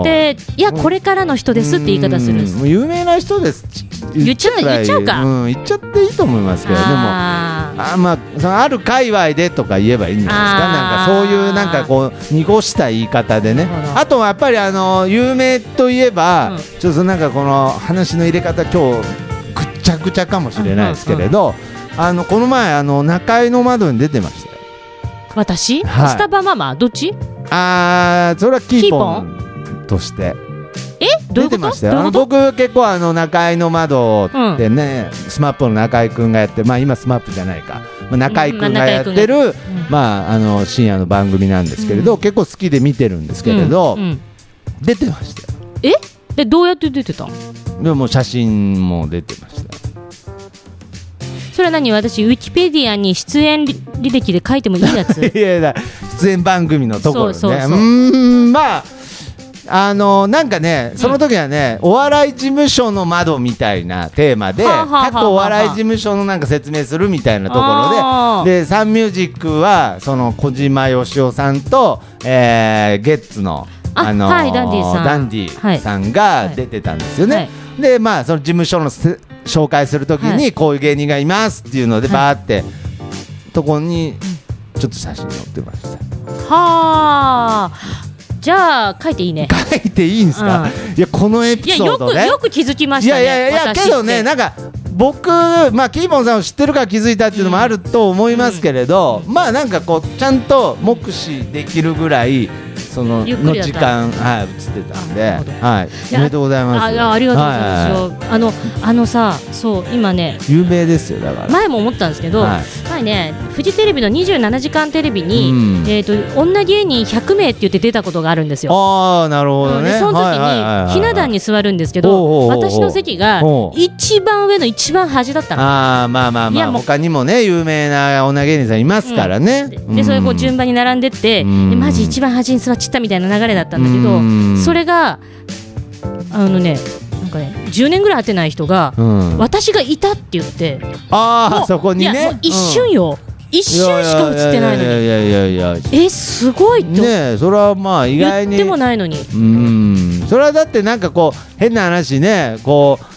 Speaker 3: かれる。でいやこれからの人ですって言い方するんです。
Speaker 2: もう有名な人ですち
Speaker 3: 言っちゃった
Speaker 2: らいい
Speaker 3: 言っちゃうか
Speaker 2: ん、言っちゃっていいと思いますけどでもあ
Speaker 3: あー
Speaker 2: ーまあそのある界隈でとか言えばいいんじゃないですかなんか
Speaker 3: あ
Speaker 2: そ
Speaker 3: ー
Speaker 2: ういうなんかこう濁した言い方でね
Speaker 3: なるほど
Speaker 2: あとはやっぱりあの有名といえば、
Speaker 3: うん
Speaker 2: ちょっとそのなんかこの話の入れ方今日ぐっちゃぐちゃかもしれないですけれど、あのこの前あの中井の窓に出てましたよ
Speaker 3: 私、
Speaker 2: はい
Speaker 3: スタバママどっち
Speaker 2: あーそれはキーポンとして
Speaker 3: えどうい
Speaker 2: 出
Speaker 3: うこ
Speaker 2: て
Speaker 3: と
Speaker 2: ました
Speaker 3: ど
Speaker 2: よあ
Speaker 3: ういう
Speaker 2: の
Speaker 3: こと
Speaker 2: 僕結構あの中井の窓ってね、スマップの中井くんがやってまあ今スマップじゃないか、まあ、中井くんがやってる、
Speaker 3: うん
Speaker 2: まああの深夜の番組なんですけれど、結構好きで見てるんですけれど、
Speaker 3: うんうん
Speaker 2: 出てましたよ
Speaker 3: えでどうやって出てたの
Speaker 2: でも写真も出てました
Speaker 3: それは何私ウィキペディアに出演履履歴で書いてもいいや つ
Speaker 2: いやいや出演番組のところね
Speaker 3: そうそうそう
Speaker 2: ーんまああのなんかねその時はね、お笑い事務所の窓みたいなテーマで、
Speaker 3: はあはあはあはあ
Speaker 2: 各お笑い事務所のなんか説明するみたいなと
Speaker 3: あ
Speaker 2: ころ
Speaker 3: ー
Speaker 2: ででサンミュージックはその小島よしおさんと、えーゲッツの
Speaker 3: あ
Speaker 2: の
Speaker 3: はいダンディさん
Speaker 2: ダンディさんが出てたんですよね。
Speaker 3: はい
Speaker 2: でまあその事務所のせ紹介するとき
Speaker 3: は
Speaker 2: に
Speaker 3: い
Speaker 2: こういう芸人がいますっていうので
Speaker 3: はい
Speaker 2: バーって、とこにちょっと写真載ってました
Speaker 3: はあじゃあ書いていいね
Speaker 2: 書いていいんですか、いやこのエ
Speaker 3: い
Speaker 2: ピ
Speaker 3: や
Speaker 2: ソー
Speaker 3: よ
Speaker 2: ド
Speaker 3: く
Speaker 2: ね
Speaker 3: よく気づきま
Speaker 2: い
Speaker 3: し
Speaker 2: や
Speaker 3: たね
Speaker 2: いやいや
Speaker 3: 私って
Speaker 2: けどねなんか僕まあキーボンさんを知ってるから気づいたっていうのもあると思いますけれど、まあなんかこうちゃんと目視できるぐらいその
Speaker 3: ゆっく
Speaker 2: の
Speaker 3: りだった
Speaker 2: 時間はい映ってたんで
Speaker 3: あなるほど
Speaker 2: はい
Speaker 3: い
Speaker 2: お
Speaker 3: や
Speaker 2: めでとうございます
Speaker 3: あいやありがとうございます、
Speaker 2: は
Speaker 3: あのあのさそう今ね
Speaker 2: い有名ですよだから、
Speaker 3: 前も思ったんですけど、
Speaker 2: はい
Speaker 3: 前ねフジテレビの27時間テレビに、
Speaker 2: うん
Speaker 3: えっ、と女芸人100名って言って出たことがあるんですよ
Speaker 2: ああなるほどね、
Speaker 3: でその時
Speaker 2: はいはいはいは
Speaker 3: に
Speaker 2: い
Speaker 3: ひな壇に座るんですけど、
Speaker 2: おうおうおうおう
Speaker 3: 私の席が
Speaker 2: おう
Speaker 3: 一番上の一番端だったの。
Speaker 2: ああまあまあ
Speaker 3: い
Speaker 2: まあ
Speaker 3: やもう
Speaker 2: 他にもね有名な女芸人さんいますからね、うん
Speaker 3: でそれこう順番に並んでって、
Speaker 2: うん
Speaker 3: でマジ一番端に座っちったみたいな流れだったんだけど、
Speaker 2: うん
Speaker 3: それがあのねなんかね10年ぐらい会ってない人が、
Speaker 2: うん
Speaker 3: 私がいたって言って
Speaker 2: あ
Speaker 3: も
Speaker 2: あ
Speaker 3: う
Speaker 2: そこに
Speaker 3: いやも
Speaker 2: ね
Speaker 3: う一瞬よ、一瞬しか映ってないの
Speaker 2: い
Speaker 3: に
Speaker 2: やいやいやいやいや
Speaker 3: えすごいと
Speaker 2: ねえそれはまあ意外
Speaker 3: 言っ
Speaker 2: に
Speaker 3: てもないのに、
Speaker 2: うんそれはだってなんかこう変な話ねこう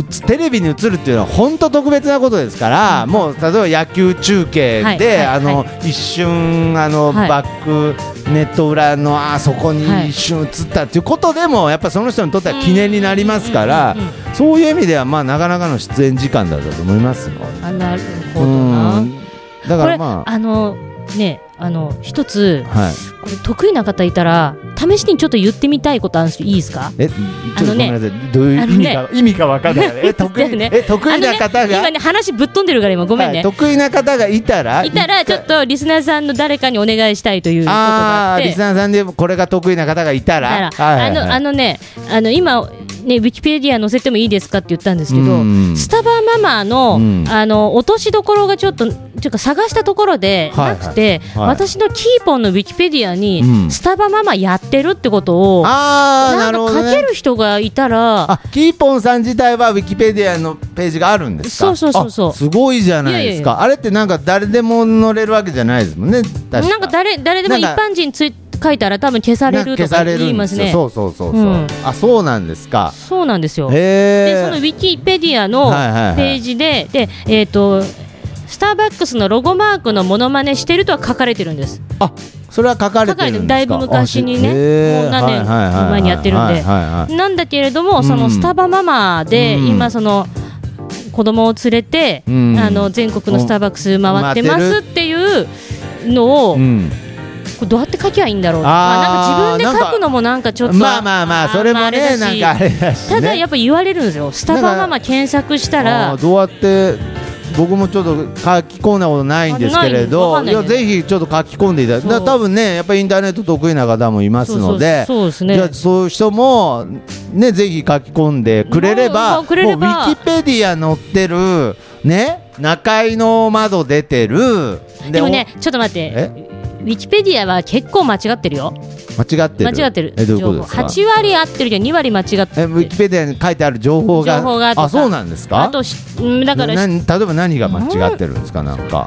Speaker 2: うつテレビに映るっていうのは本当特別なことですから、もう例えば野球中継で、
Speaker 3: はいはい
Speaker 2: あの
Speaker 3: は
Speaker 2: 一瞬あの、
Speaker 3: はい
Speaker 2: バックネット裏のあそこに一瞬映ったっていうことでも、やっぱその人にとっては記念になりますから
Speaker 3: うんうんうん
Speaker 2: そういう意味ではまあなかなかの出演時間だったと思いますよ。
Speaker 3: あなるほどな、
Speaker 2: うんだ
Speaker 3: こ
Speaker 2: か
Speaker 3: れ
Speaker 2: らまあ
Speaker 3: あのねあの一つ
Speaker 2: はい
Speaker 3: これ得意な方いたら試しにちょっと言ってみたいことあるんですけどいいですか
Speaker 2: え、ちょっと
Speaker 3: あ
Speaker 2: ご
Speaker 3: の
Speaker 2: め
Speaker 3: ね
Speaker 2: んなさい、どういう
Speaker 3: あ
Speaker 2: 意
Speaker 3: の
Speaker 2: 味
Speaker 3: ね
Speaker 2: か、意味かわかんない。 え、得
Speaker 3: だよ
Speaker 2: 意、
Speaker 3: ね
Speaker 2: え、得意な
Speaker 3: あ
Speaker 2: 方
Speaker 3: のね
Speaker 2: が、
Speaker 3: 今ね話ぶっ飛んでるから今ごめん
Speaker 2: はい
Speaker 3: ね、
Speaker 2: 得意な方がいたら、
Speaker 3: い、たらちょっとリスナーさんの誰かにお願いしたいということが
Speaker 2: あ
Speaker 3: あっ
Speaker 2: あー、
Speaker 3: て
Speaker 2: リスナーさんでもこれが得意な方がいたら、
Speaker 3: だからあのあ
Speaker 2: の
Speaker 3: のねあの今ねウィキペディア載せてもいいですかって言ったんですけど
Speaker 2: うん
Speaker 3: スタバママの,、
Speaker 2: うん
Speaker 3: あの落としどころがちょっとちょっと探したところで
Speaker 2: はいは
Speaker 3: ないくて、
Speaker 2: はい
Speaker 3: 私のキーポンのウィキペディアに、
Speaker 2: うん
Speaker 3: スタバママやってるってことを
Speaker 2: あー
Speaker 3: な
Speaker 2: なんる
Speaker 3: か
Speaker 2: ほ
Speaker 3: 書
Speaker 2: ど
Speaker 3: け
Speaker 2: ね。
Speaker 3: る人がいたら、
Speaker 2: あ、キーポンさん自体はウィキペディアのページがあるんですか。
Speaker 3: そうそうそうそう
Speaker 2: あすごいじゃないですか
Speaker 3: いや
Speaker 2: あれってなんか誰でも乗れるわけじゃないですもんね。確か
Speaker 3: なんか誰誰でも一
Speaker 2: なんか
Speaker 3: 般人つい書いたら多分消されると
Speaker 2: なんか消さ
Speaker 3: か
Speaker 2: れる
Speaker 3: 言い
Speaker 2: ん
Speaker 3: ま
Speaker 2: ですす
Speaker 3: ね。
Speaker 2: よ。そうそうそうそう。
Speaker 3: うん
Speaker 2: あ、そうなんですか。
Speaker 3: そうなんですよ。
Speaker 2: へ
Speaker 3: で
Speaker 2: え。
Speaker 3: そのウィキペディアの
Speaker 2: はいはいはい
Speaker 3: ページで、でえっ、とスターバックスのロゴマークのモノマネしてるとは書かれてるんです。
Speaker 2: あ、それは書かれ
Speaker 3: 書か
Speaker 2: て
Speaker 3: れて
Speaker 2: るんですか。
Speaker 3: るだいぶ昔に
Speaker 2: あ
Speaker 3: ね、も
Speaker 2: しへー
Speaker 3: う何年
Speaker 2: はいはいはいはい
Speaker 3: 前にやってるん
Speaker 2: はい
Speaker 3: で
Speaker 2: はいはい
Speaker 3: なんだけれどもそうの
Speaker 2: ん
Speaker 3: スタバママで
Speaker 2: うん
Speaker 3: 今その子供を連れて、
Speaker 2: うん
Speaker 3: あの全国のスターバックス回ってますっていうのを、
Speaker 2: うん
Speaker 3: これどうやって書きゃいいんだろう
Speaker 2: あー
Speaker 3: まあ、なんか自分で書くのもなんかちょっと
Speaker 2: まあまあまあ、それもね、なんかあれだし、ね。
Speaker 3: ただやっ
Speaker 2: っ
Speaker 3: ぱ言われるんですよスタバママ検索したら
Speaker 2: どうやって、僕もちょっと書き込んだことないんですけれ
Speaker 3: あ
Speaker 2: ど、
Speaker 3: ない
Speaker 2: い
Speaker 3: のわ
Speaker 2: や
Speaker 3: かんない
Speaker 2: ぜひちょっと書き込んでいただいて、
Speaker 3: そう
Speaker 2: だ多分ね、やっぱりインターネット得意な方もいますので、
Speaker 3: そうそうそう
Speaker 2: じ
Speaker 3: で
Speaker 2: ゃ
Speaker 3: す
Speaker 2: あ
Speaker 3: ね
Speaker 2: そういう人も、ね、ぜひ書き込んでくれれば
Speaker 3: もうくれれば
Speaker 2: もうウィキペディア載ってる、ね、中井の窓出てる、で
Speaker 3: でもねちょっと待って
Speaker 2: え
Speaker 3: ウィキペディアは結構間違ってるよ
Speaker 2: 間違ってる
Speaker 3: 間違ってる
Speaker 2: えどういうことですか
Speaker 3: 8割合ってるけど2割間違って
Speaker 2: えウィ
Speaker 3: る
Speaker 2: キペディアに書いてある情報が
Speaker 3: 情報がとか
Speaker 2: あそうなんですか
Speaker 3: あとしうんだから
Speaker 2: な何例えば何が間違ってるんですかなんか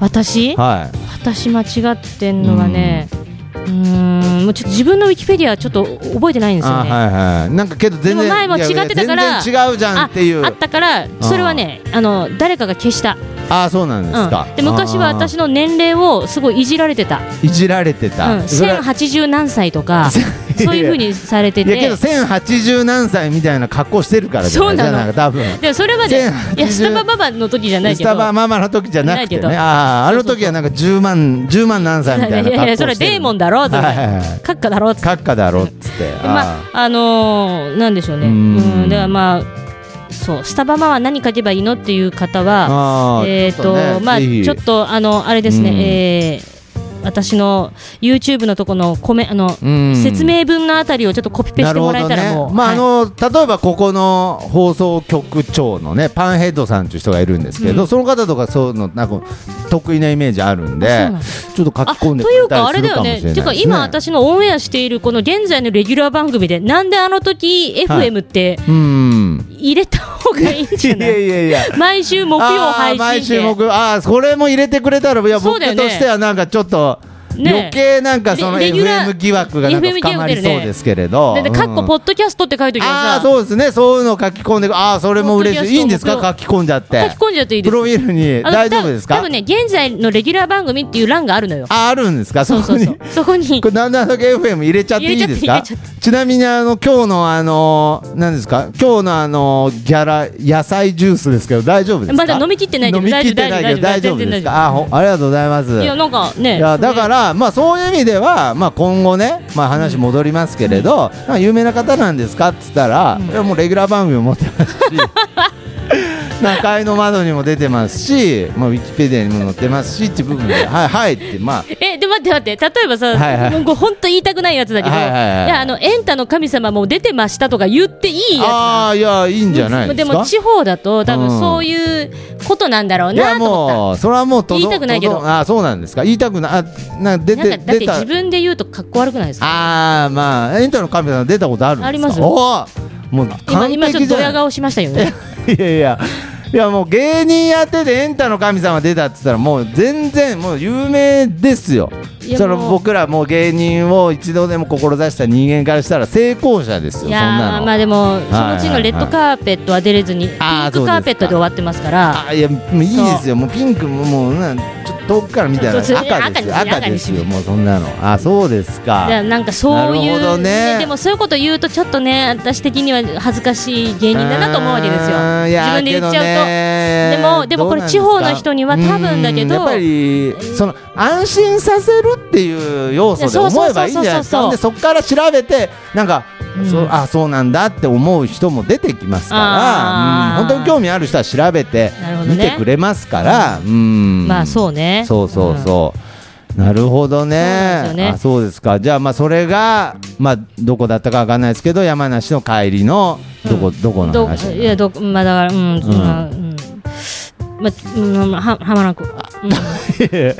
Speaker 3: 私
Speaker 2: は
Speaker 3: 私間違ってんのがねうーんもうちょっと自分のウィキペディアはちょっと覚えてないん
Speaker 2: い
Speaker 3: ですよ
Speaker 2: あ
Speaker 3: ね
Speaker 2: はいはいなんかけど全
Speaker 3: で
Speaker 2: 然
Speaker 3: も前も違ってたから
Speaker 2: いやいや全然違うじゃんっていう
Speaker 3: ああったからそれはねあの誰かが消した、うん
Speaker 2: あそうなんですか、
Speaker 3: で昔は私
Speaker 2: あ
Speaker 3: の年齢をすごいいじられてた、
Speaker 2: ーいじられて
Speaker 3: う
Speaker 2: た、
Speaker 3: ん、
Speaker 2: それは
Speaker 3: 1080何歳とかそういうふうにされて
Speaker 2: いやけど
Speaker 3: て。
Speaker 2: 1080何歳みたいな格好してるからじゃ
Speaker 3: そうなの
Speaker 2: じゃんか多分
Speaker 3: でもそれまで、いや、スタバママの時じゃない
Speaker 2: ス
Speaker 3: けど。
Speaker 2: タバママの時じゃなくて
Speaker 3: ないけ
Speaker 2: ね
Speaker 3: ど
Speaker 2: あああ
Speaker 3: そう
Speaker 2: の
Speaker 3: そうそう
Speaker 2: 時はなんか10万10万何歳みたいな格好して
Speaker 3: い
Speaker 2: る
Speaker 3: やいやそれはデーモンだろうと
Speaker 2: はいはいはい
Speaker 3: 閣下だろうっつって
Speaker 2: 閣下だろっつって
Speaker 3: でま
Speaker 2: あ
Speaker 3: ああのーなんでしょうね
Speaker 2: う
Speaker 3: うんんだからまあそうスタバマは何書けばいいのっていう方は
Speaker 2: あああ
Speaker 3: えっ、
Speaker 2: ちょっ
Speaker 3: と
Speaker 2: ね
Speaker 3: まあ
Speaker 2: ぜひ
Speaker 3: ちょっとあのあれですね、
Speaker 2: うん
Speaker 3: えー私の YouTube のとこのコメあの、
Speaker 2: うん
Speaker 3: 説明文のあたりをちょっとコピペしてもらえたらもう、
Speaker 2: ねまあ
Speaker 3: はい
Speaker 2: あの例えばここの放送局長のねパンヘッドさんという人がいるんですけど、
Speaker 3: うん
Speaker 2: その方とかそういうのなんか得意なイメージあるんで
Speaker 3: あそうなんだ
Speaker 2: ちょっと書き
Speaker 3: あ
Speaker 2: 込んでく
Speaker 3: とい
Speaker 2: れ
Speaker 3: うか、
Speaker 2: た
Speaker 3: あ
Speaker 2: り
Speaker 3: れ
Speaker 2: する
Speaker 3: だ
Speaker 2: かもしれな
Speaker 3: よ
Speaker 2: い
Speaker 3: ね。
Speaker 2: です、ね、
Speaker 3: ていうか、今、私のオンエアしている、この現在のレギュラー番組で、なんであの時 FM って
Speaker 2: うん
Speaker 3: 入れた方がいいん
Speaker 2: い
Speaker 3: じ
Speaker 2: や
Speaker 3: ゃない
Speaker 2: い やいや
Speaker 3: 毎週木曜
Speaker 2: あ
Speaker 3: 配
Speaker 2: ー毎
Speaker 3: 信
Speaker 2: 週
Speaker 3: で。
Speaker 2: 木曜あーそれも入れてくれたらいや、
Speaker 3: そう
Speaker 2: 僕
Speaker 3: だよね
Speaker 2: としてはなんかちょっと、
Speaker 3: ね
Speaker 2: 余計なんかその
Speaker 3: レレギュラー
Speaker 2: FM 疑惑がなんか
Speaker 3: FM
Speaker 2: 深まりそうですけれど、
Speaker 3: だって、かっこ
Speaker 2: うん
Speaker 3: ポッドキャストって書いておき
Speaker 2: ああー
Speaker 3: ますさ、
Speaker 2: そうですねそういうのを書き込んでああそれも嬉しいいいんですか
Speaker 3: ポッドキャスト
Speaker 2: 書き込んじゃって
Speaker 3: 書き込んじゃっていいで
Speaker 2: プ
Speaker 3: す
Speaker 2: ロフィールに
Speaker 3: あの
Speaker 2: 大丈夫ですか
Speaker 3: 多分ね、現在のレギュラー番組っていう欄があるのよ。
Speaker 2: ああるんですか
Speaker 3: そうそうそ
Speaker 2: こ
Speaker 3: う
Speaker 2: に。
Speaker 3: そこに
Speaker 2: こ、れなんだだけ FM 入れちゃっていいです
Speaker 3: 入
Speaker 2: か
Speaker 3: れちゃって入れち
Speaker 2: ちなみにあの今日のあの何ですか今日のあのギャラ野菜ジュースですけど大丈夫ですか
Speaker 3: まだ飲み切ってないけど
Speaker 2: 飲み切ってないけど
Speaker 3: 大
Speaker 2: 大
Speaker 3: 丈
Speaker 2: 丈
Speaker 3: 夫
Speaker 2: 夫
Speaker 3: 大丈夫
Speaker 2: ですかあほありがとうございます
Speaker 3: いや、なんかね、
Speaker 2: いやだから、まあ、そういう意味では、まあ、今後ね、まあ、話戻りますけれど、まあ有名な方なんですかっつったら、いやもうレギュラー番組も持ってます し中井の窓にも出てますし、まあ、ウィキペディアにも載ってますしっていう部分で「はいはい」ってまあ
Speaker 3: え、で、待って待って、例えばさ、
Speaker 2: はいはい
Speaker 3: もうこれ本当言いたくないやつだけど、
Speaker 2: はいはいはい
Speaker 3: いや、あの、エンタの神様もう出てましたとか言っていいやつなの
Speaker 2: あーいやいいんじゃないですか
Speaker 3: でも地方だと多
Speaker 2: うん
Speaker 3: 分そういうことなんだろう
Speaker 2: いや
Speaker 3: なと思っ
Speaker 2: もうそれはもうとど
Speaker 3: 言いたくないけど
Speaker 2: とあーそうなんですか言いたくないあな
Speaker 3: た
Speaker 2: 出
Speaker 3: なん
Speaker 2: て
Speaker 3: かだって
Speaker 2: 出た
Speaker 3: 自分で言うとかっこ悪くないですか
Speaker 2: ああまあエンタの神様出たことあるんですか
Speaker 3: ありますよ
Speaker 2: おーもう完璧じゃ
Speaker 3: 今
Speaker 2: な
Speaker 3: 今
Speaker 2: い
Speaker 3: ちょっとドヤ顔しましたよね
Speaker 2: いやいやいやもう芸人やっててエンタの神様出たって言ったらもう全然もう有名ですよ
Speaker 3: いや
Speaker 2: その
Speaker 3: もう
Speaker 2: 僕らもう芸人を一度でも志した人間からしたら成功者ですよそ
Speaker 3: い
Speaker 2: ん
Speaker 3: やー
Speaker 2: なの
Speaker 3: まあでもそのうちのレッドカーペットは出れずにピン
Speaker 2: あーそうです
Speaker 3: ク
Speaker 2: か
Speaker 3: カーペットで終わってますから
Speaker 2: あいやもういいですよもうピンクももうなちょっと遠くから見たら
Speaker 3: ちょっと
Speaker 2: 赤ですよ
Speaker 3: 赤に
Speaker 2: 赤ですよ
Speaker 3: 赤
Speaker 2: もうそんなのあそうです
Speaker 3: だから
Speaker 2: か
Speaker 3: なんかそうい
Speaker 2: なるほど
Speaker 3: う、
Speaker 2: ね
Speaker 3: でもそういうこと言うとちょっとね私的には恥ずかしい芸人だなと思うわけですよ
Speaker 2: あーいや
Speaker 3: 自分で言っちゃうと
Speaker 2: けどね
Speaker 3: でもでもこ
Speaker 2: どうなんで
Speaker 3: れ
Speaker 2: すか
Speaker 3: 地方の人には多分だけど
Speaker 2: うんやっぱりその安心させるっていう要素で思えばいいんじゃないです
Speaker 3: い
Speaker 2: か
Speaker 3: やそうそうそうそうそう
Speaker 2: でそこから調べてなんか、
Speaker 3: うん
Speaker 2: そうあそうなんだって思う人も出てきますから、
Speaker 3: あ
Speaker 2: う
Speaker 3: ー
Speaker 2: ん、本当に興味ある人は調べて
Speaker 3: なるほどね
Speaker 2: 見てくれますから、うん
Speaker 3: まあそうね
Speaker 2: そうそうそう。なるほど
Speaker 3: そうな
Speaker 2: ね
Speaker 3: んですよね
Speaker 2: あそうですか。じゃあまあそれがまあどこだったかわかんないですけど山梨の帰りのどこ、どこ
Speaker 3: うん
Speaker 2: の
Speaker 3: ど
Speaker 2: 話。
Speaker 3: いやどまあだからうん、まあうんまあうんは浜名湖うん
Speaker 2: え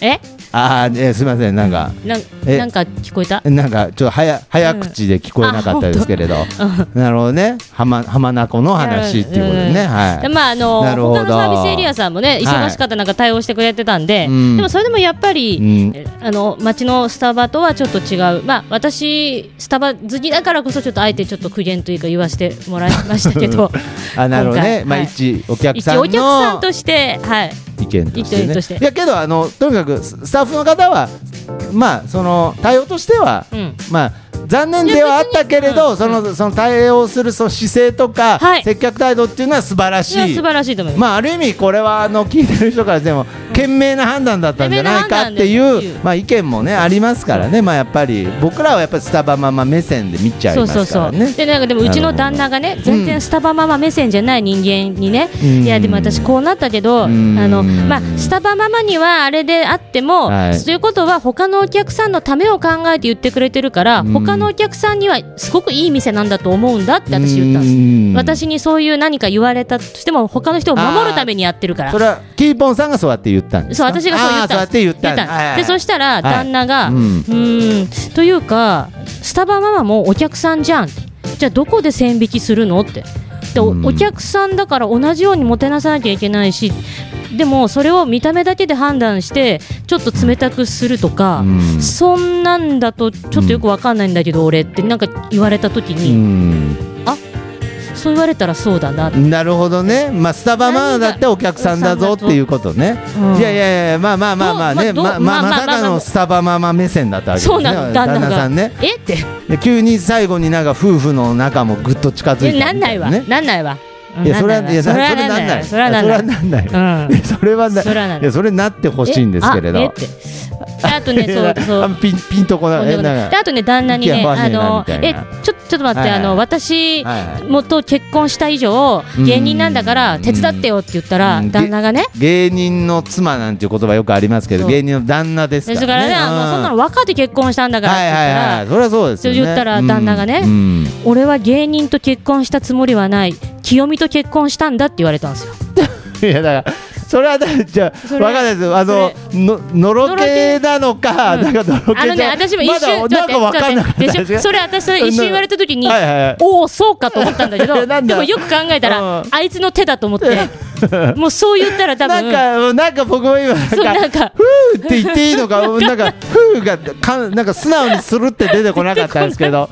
Speaker 3: え
Speaker 2: あーえすみませんなんか
Speaker 3: なん
Speaker 2: え
Speaker 3: なんか聞こえた
Speaker 2: なんかちょっと早早口で聞こえなかったですけれど。 なるほどね浜浜名湖の話っていうことでね
Speaker 3: うん
Speaker 2: はい。
Speaker 3: まああの
Speaker 2: な
Speaker 3: 他
Speaker 2: るほど
Speaker 3: のサービスエリアさんもね忙しかったなんか対応してくれてたんで、
Speaker 2: うん
Speaker 3: でもそれでもやっぱり、
Speaker 2: うん
Speaker 3: えあの街のスタバとはちょっと違うまあ私スタバ好きだからこそちょっとあえてちょっと苦言というか言わせてもらいましたけど
Speaker 2: あなるほどね
Speaker 3: 今回
Speaker 2: まあ
Speaker 3: はい
Speaker 2: 一お客
Speaker 3: 一
Speaker 2: さんの
Speaker 3: 応お客さんとしてはい
Speaker 2: 意見として
Speaker 3: 意
Speaker 2: ね
Speaker 3: 見として
Speaker 2: いやけどあのとにかくススタッフの方はまあその対応としては、
Speaker 3: うん
Speaker 2: まあ残念ではあったけれ
Speaker 3: いや別に
Speaker 2: ど、
Speaker 3: うん
Speaker 2: そのその対応するその姿勢とか、
Speaker 3: はい
Speaker 2: 接客態度っていうのは素晴らし
Speaker 3: いや
Speaker 2: い
Speaker 3: 素晴らしいと思います。
Speaker 2: まあ、ある意味これはあの聞いてる人からでも賢明な判断だったんじゃないかってい
Speaker 3: 賢明な判
Speaker 2: う、
Speaker 3: 断だっていう
Speaker 2: まあ、意見もねありますからね、まあ、やっぱり僕らはやっぱりスタバママ目線で見ちゃい
Speaker 3: そう
Speaker 2: ま
Speaker 3: そう
Speaker 2: すか
Speaker 3: そ
Speaker 2: ら
Speaker 3: う、
Speaker 2: ね。
Speaker 3: でなんかでもうちの旦那がね全然スタバママ目線じゃない人間にね、
Speaker 2: うん
Speaker 3: いやでも私こうなったけど、
Speaker 2: うん
Speaker 3: あのまあスタバママにはあれであっても、
Speaker 2: はい
Speaker 3: ということは他のお客さんのためを考えて言ってくれてるから、
Speaker 2: ん
Speaker 3: 他のお客さんにはすごくいい店なんだと思うんだって私言ったんです、
Speaker 2: うん
Speaker 3: 私にそういう何か言われたとしても他の人を守るためにやってるから
Speaker 2: それはキーポンさんがそうやって言ったんです
Speaker 3: そう
Speaker 2: か
Speaker 3: 私がそう
Speaker 2: あー
Speaker 3: 言っ
Speaker 2: そう
Speaker 3: た
Speaker 2: や
Speaker 3: ん
Speaker 2: っ
Speaker 3: です
Speaker 2: て言ったんで
Speaker 3: 言っ
Speaker 2: す
Speaker 3: たん
Speaker 2: はいはい
Speaker 3: ですでそしたら
Speaker 2: い
Speaker 3: 旦那が、
Speaker 2: う
Speaker 3: うんん、んというかスタバママもお客さんじゃんじゃあどこで線引きするのってでお
Speaker 2: うん
Speaker 3: お客さんだから同じようにもてなさなきゃいけないしでもそれを見た目だけで判断してちょっと冷たくするとか、
Speaker 2: うん
Speaker 3: そんなんだとちょっとよくわかんないんだけど俺ってなんか言われた時
Speaker 2: う
Speaker 3: に、
Speaker 2: ん
Speaker 3: そう言われたらそうだなって、
Speaker 2: なるほどね、まあ、スタバマー
Speaker 3: 何が
Speaker 2: だってお客さんだぞっていうことね、
Speaker 3: うん
Speaker 2: いやいやいや、まあまあまあまあね、
Speaker 3: どうま
Speaker 2: ま
Speaker 3: あ
Speaker 2: あ
Speaker 3: どう
Speaker 2: まあ
Speaker 3: まあ
Speaker 2: ま
Speaker 3: まあ
Speaker 2: さかのスタバママ目線だったわけです
Speaker 3: そう
Speaker 2: ね、
Speaker 3: なの旦那が
Speaker 2: さんね、
Speaker 3: えって
Speaker 2: で急に最後になんか夫婦の仲もぐっと近づいたみた
Speaker 3: え
Speaker 2: い
Speaker 3: なんないわ、
Speaker 2: ね、
Speaker 3: なんないわうん
Speaker 2: いやそれは
Speaker 3: なん
Speaker 2: いやそれはなんない
Speaker 3: わそれはなんないわ
Speaker 2: なんない
Speaker 3: それは
Speaker 2: いやそれはな
Speaker 3: なんないそれはなんない
Speaker 2: いやそれなってほしいんですけれ
Speaker 3: えあえ
Speaker 2: ど
Speaker 3: ってであとねそう そう
Speaker 2: あんピンピンとこ
Speaker 3: と
Speaker 2: なんい
Speaker 3: で
Speaker 2: え
Speaker 3: も
Speaker 2: な
Speaker 3: なんい
Speaker 2: か
Speaker 3: であとね旦那に
Speaker 2: い
Speaker 3: ね
Speaker 2: やわし
Speaker 3: あ
Speaker 2: ない
Speaker 3: の
Speaker 2: みたいな
Speaker 3: えちょちょっと待って、
Speaker 2: はいはい
Speaker 3: あの私、
Speaker 2: はいはい
Speaker 3: もと結婚した以上
Speaker 2: うん
Speaker 3: 芸人なんだから手伝ってよって言ったら、
Speaker 2: うん
Speaker 3: 旦那がね
Speaker 2: 芸人の妻なんていう言葉よくありますけど
Speaker 3: そう
Speaker 2: 芸人の旦那です
Speaker 3: で
Speaker 2: から
Speaker 3: それからね、あのそんなの若で結婚したんだからっ
Speaker 2: は
Speaker 3: て
Speaker 2: い
Speaker 3: 言っ
Speaker 2: は
Speaker 3: たら、
Speaker 2: いはいそれはそうですよね
Speaker 3: それ言ったら旦那がね
Speaker 2: うん
Speaker 3: 俺は芸人と結婚したつもりはない清美と結婚したんだって言われたんですよ
Speaker 2: うんいやだからそれはだからじゃあ
Speaker 3: そ
Speaker 2: わ
Speaker 3: れ
Speaker 2: かんないですあのののろけなのか
Speaker 3: のろ
Speaker 2: なんかのろ
Speaker 3: あ
Speaker 2: け
Speaker 3: の
Speaker 2: じ
Speaker 3: ね
Speaker 2: ゃ
Speaker 3: 私も一
Speaker 2: ま
Speaker 3: 瞬
Speaker 2: だ
Speaker 3: ちょ
Speaker 2: な
Speaker 3: っ
Speaker 2: んか
Speaker 3: と
Speaker 2: わ
Speaker 3: 待っ
Speaker 2: か
Speaker 3: て
Speaker 2: ん
Speaker 3: ち
Speaker 2: な
Speaker 3: ょっ
Speaker 2: か
Speaker 3: と
Speaker 2: っ
Speaker 3: 待
Speaker 2: た
Speaker 3: ってでしょそれ私それ一瞬言われた時に、
Speaker 2: はいはいはい
Speaker 3: おおそうかと思ったんだけ
Speaker 2: え
Speaker 3: ど
Speaker 2: なんだ
Speaker 3: でもよく考えた
Speaker 2: う
Speaker 3: ら
Speaker 2: ん
Speaker 3: あいつの手だと思って もうそう言ったら多分
Speaker 2: なんか、なんか僕も今、なん
Speaker 3: そう
Speaker 2: か、
Speaker 3: なんか
Speaker 2: ふーって言っていいのか、なんか、ふーが、かん、なんか素直にするって出てこなかったんですけど。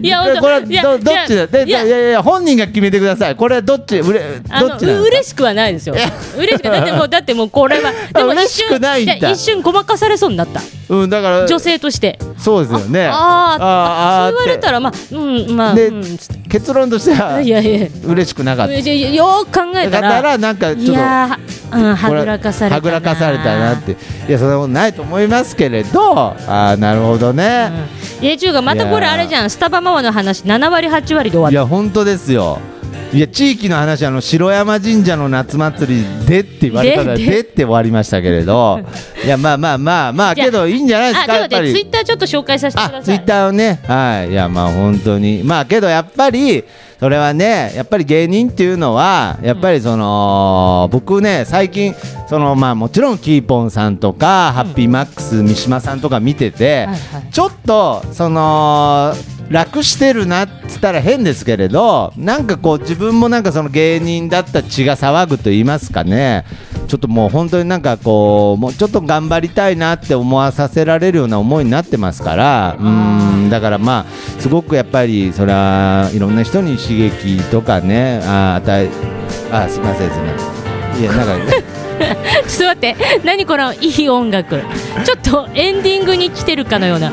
Speaker 3: いや
Speaker 2: でこれは
Speaker 3: 本当いや
Speaker 2: ど、どっちだ、で、
Speaker 3: い
Speaker 2: いや
Speaker 3: や
Speaker 2: いやいや、本人が決めてください。これはどっち、うれ、
Speaker 3: あ
Speaker 2: ど
Speaker 3: の
Speaker 2: っちな
Speaker 3: う
Speaker 2: の。
Speaker 3: 嬉しくはないですよ嬉しくだってもうだってもうこれ はでも一
Speaker 2: 嬉しく
Speaker 3: 瞬
Speaker 2: ないんだ
Speaker 3: や一瞬ごまかされそうになった
Speaker 2: うん、だから、
Speaker 3: 女性として
Speaker 2: そうですよね。
Speaker 3: あああそう言われ
Speaker 2: ら。
Speaker 3: たらまあうんまあ
Speaker 2: で
Speaker 3: うんつっ
Speaker 2: 結論としては
Speaker 3: てい、やいや
Speaker 2: 嬉しくなかっ
Speaker 3: いやいやよく考
Speaker 2: た。
Speaker 3: え
Speaker 2: だか
Speaker 3: た
Speaker 2: らら、なんか、ち
Speaker 3: い
Speaker 2: ょっと。
Speaker 3: やー、うん、は
Speaker 2: これ
Speaker 3: ぐらかされたな
Speaker 2: はぐらかされたなっていやそんなことないと思いますけれどああなるほどね、
Speaker 3: うん、いやちゅうかまたこれあれじゃんスタバママの話7割8割で
Speaker 2: い
Speaker 3: 終わっ
Speaker 2: や本当ですよいや地域の話あの城山神社の夏祭りでって言われたら
Speaker 3: で
Speaker 2: で
Speaker 3: で
Speaker 2: って終わりましたけれ どいやまあまあまあまあ
Speaker 3: じゃあ
Speaker 2: けどいいんじゃないです
Speaker 3: たあ
Speaker 2: か
Speaker 3: ちょ
Speaker 2: や
Speaker 3: っ
Speaker 2: っ
Speaker 3: と
Speaker 2: ぱ
Speaker 3: 待ってツイ
Speaker 2: り
Speaker 3: ッターちょっと紹介させてく
Speaker 2: あ
Speaker 3: だ
Speaker 2: ツ
Speaker 3: さ
Speaker 2: イ
Speaker 3: い
Speaker 2: ッターをねはいいやまあ本当にまあけどやっぱりそれはねやっぱり芸人っていうのはやっぱりその、僕ね最近そのまあもちろんキーポンさんとか、ハッピーマックス三島さんとか見てて、
Speaker 3: はいはい
Speaker 2: ちょっとその楽してるなっつったら変ですけれどなんかこう自分もなんかその芸人だった血が騒ぐと言いますかねちょっともう本当になんかこうもうちょっと頑張りたいなって思わさせられるような思いになってますからうーんだからまあすごくやっぱりそれはいろんな人に刺激とかねあー与えあーすみませんすみません いやなん か
Speaker 3: ちょっと待って何このいい音楽ちょっとエンディングに来てるかのような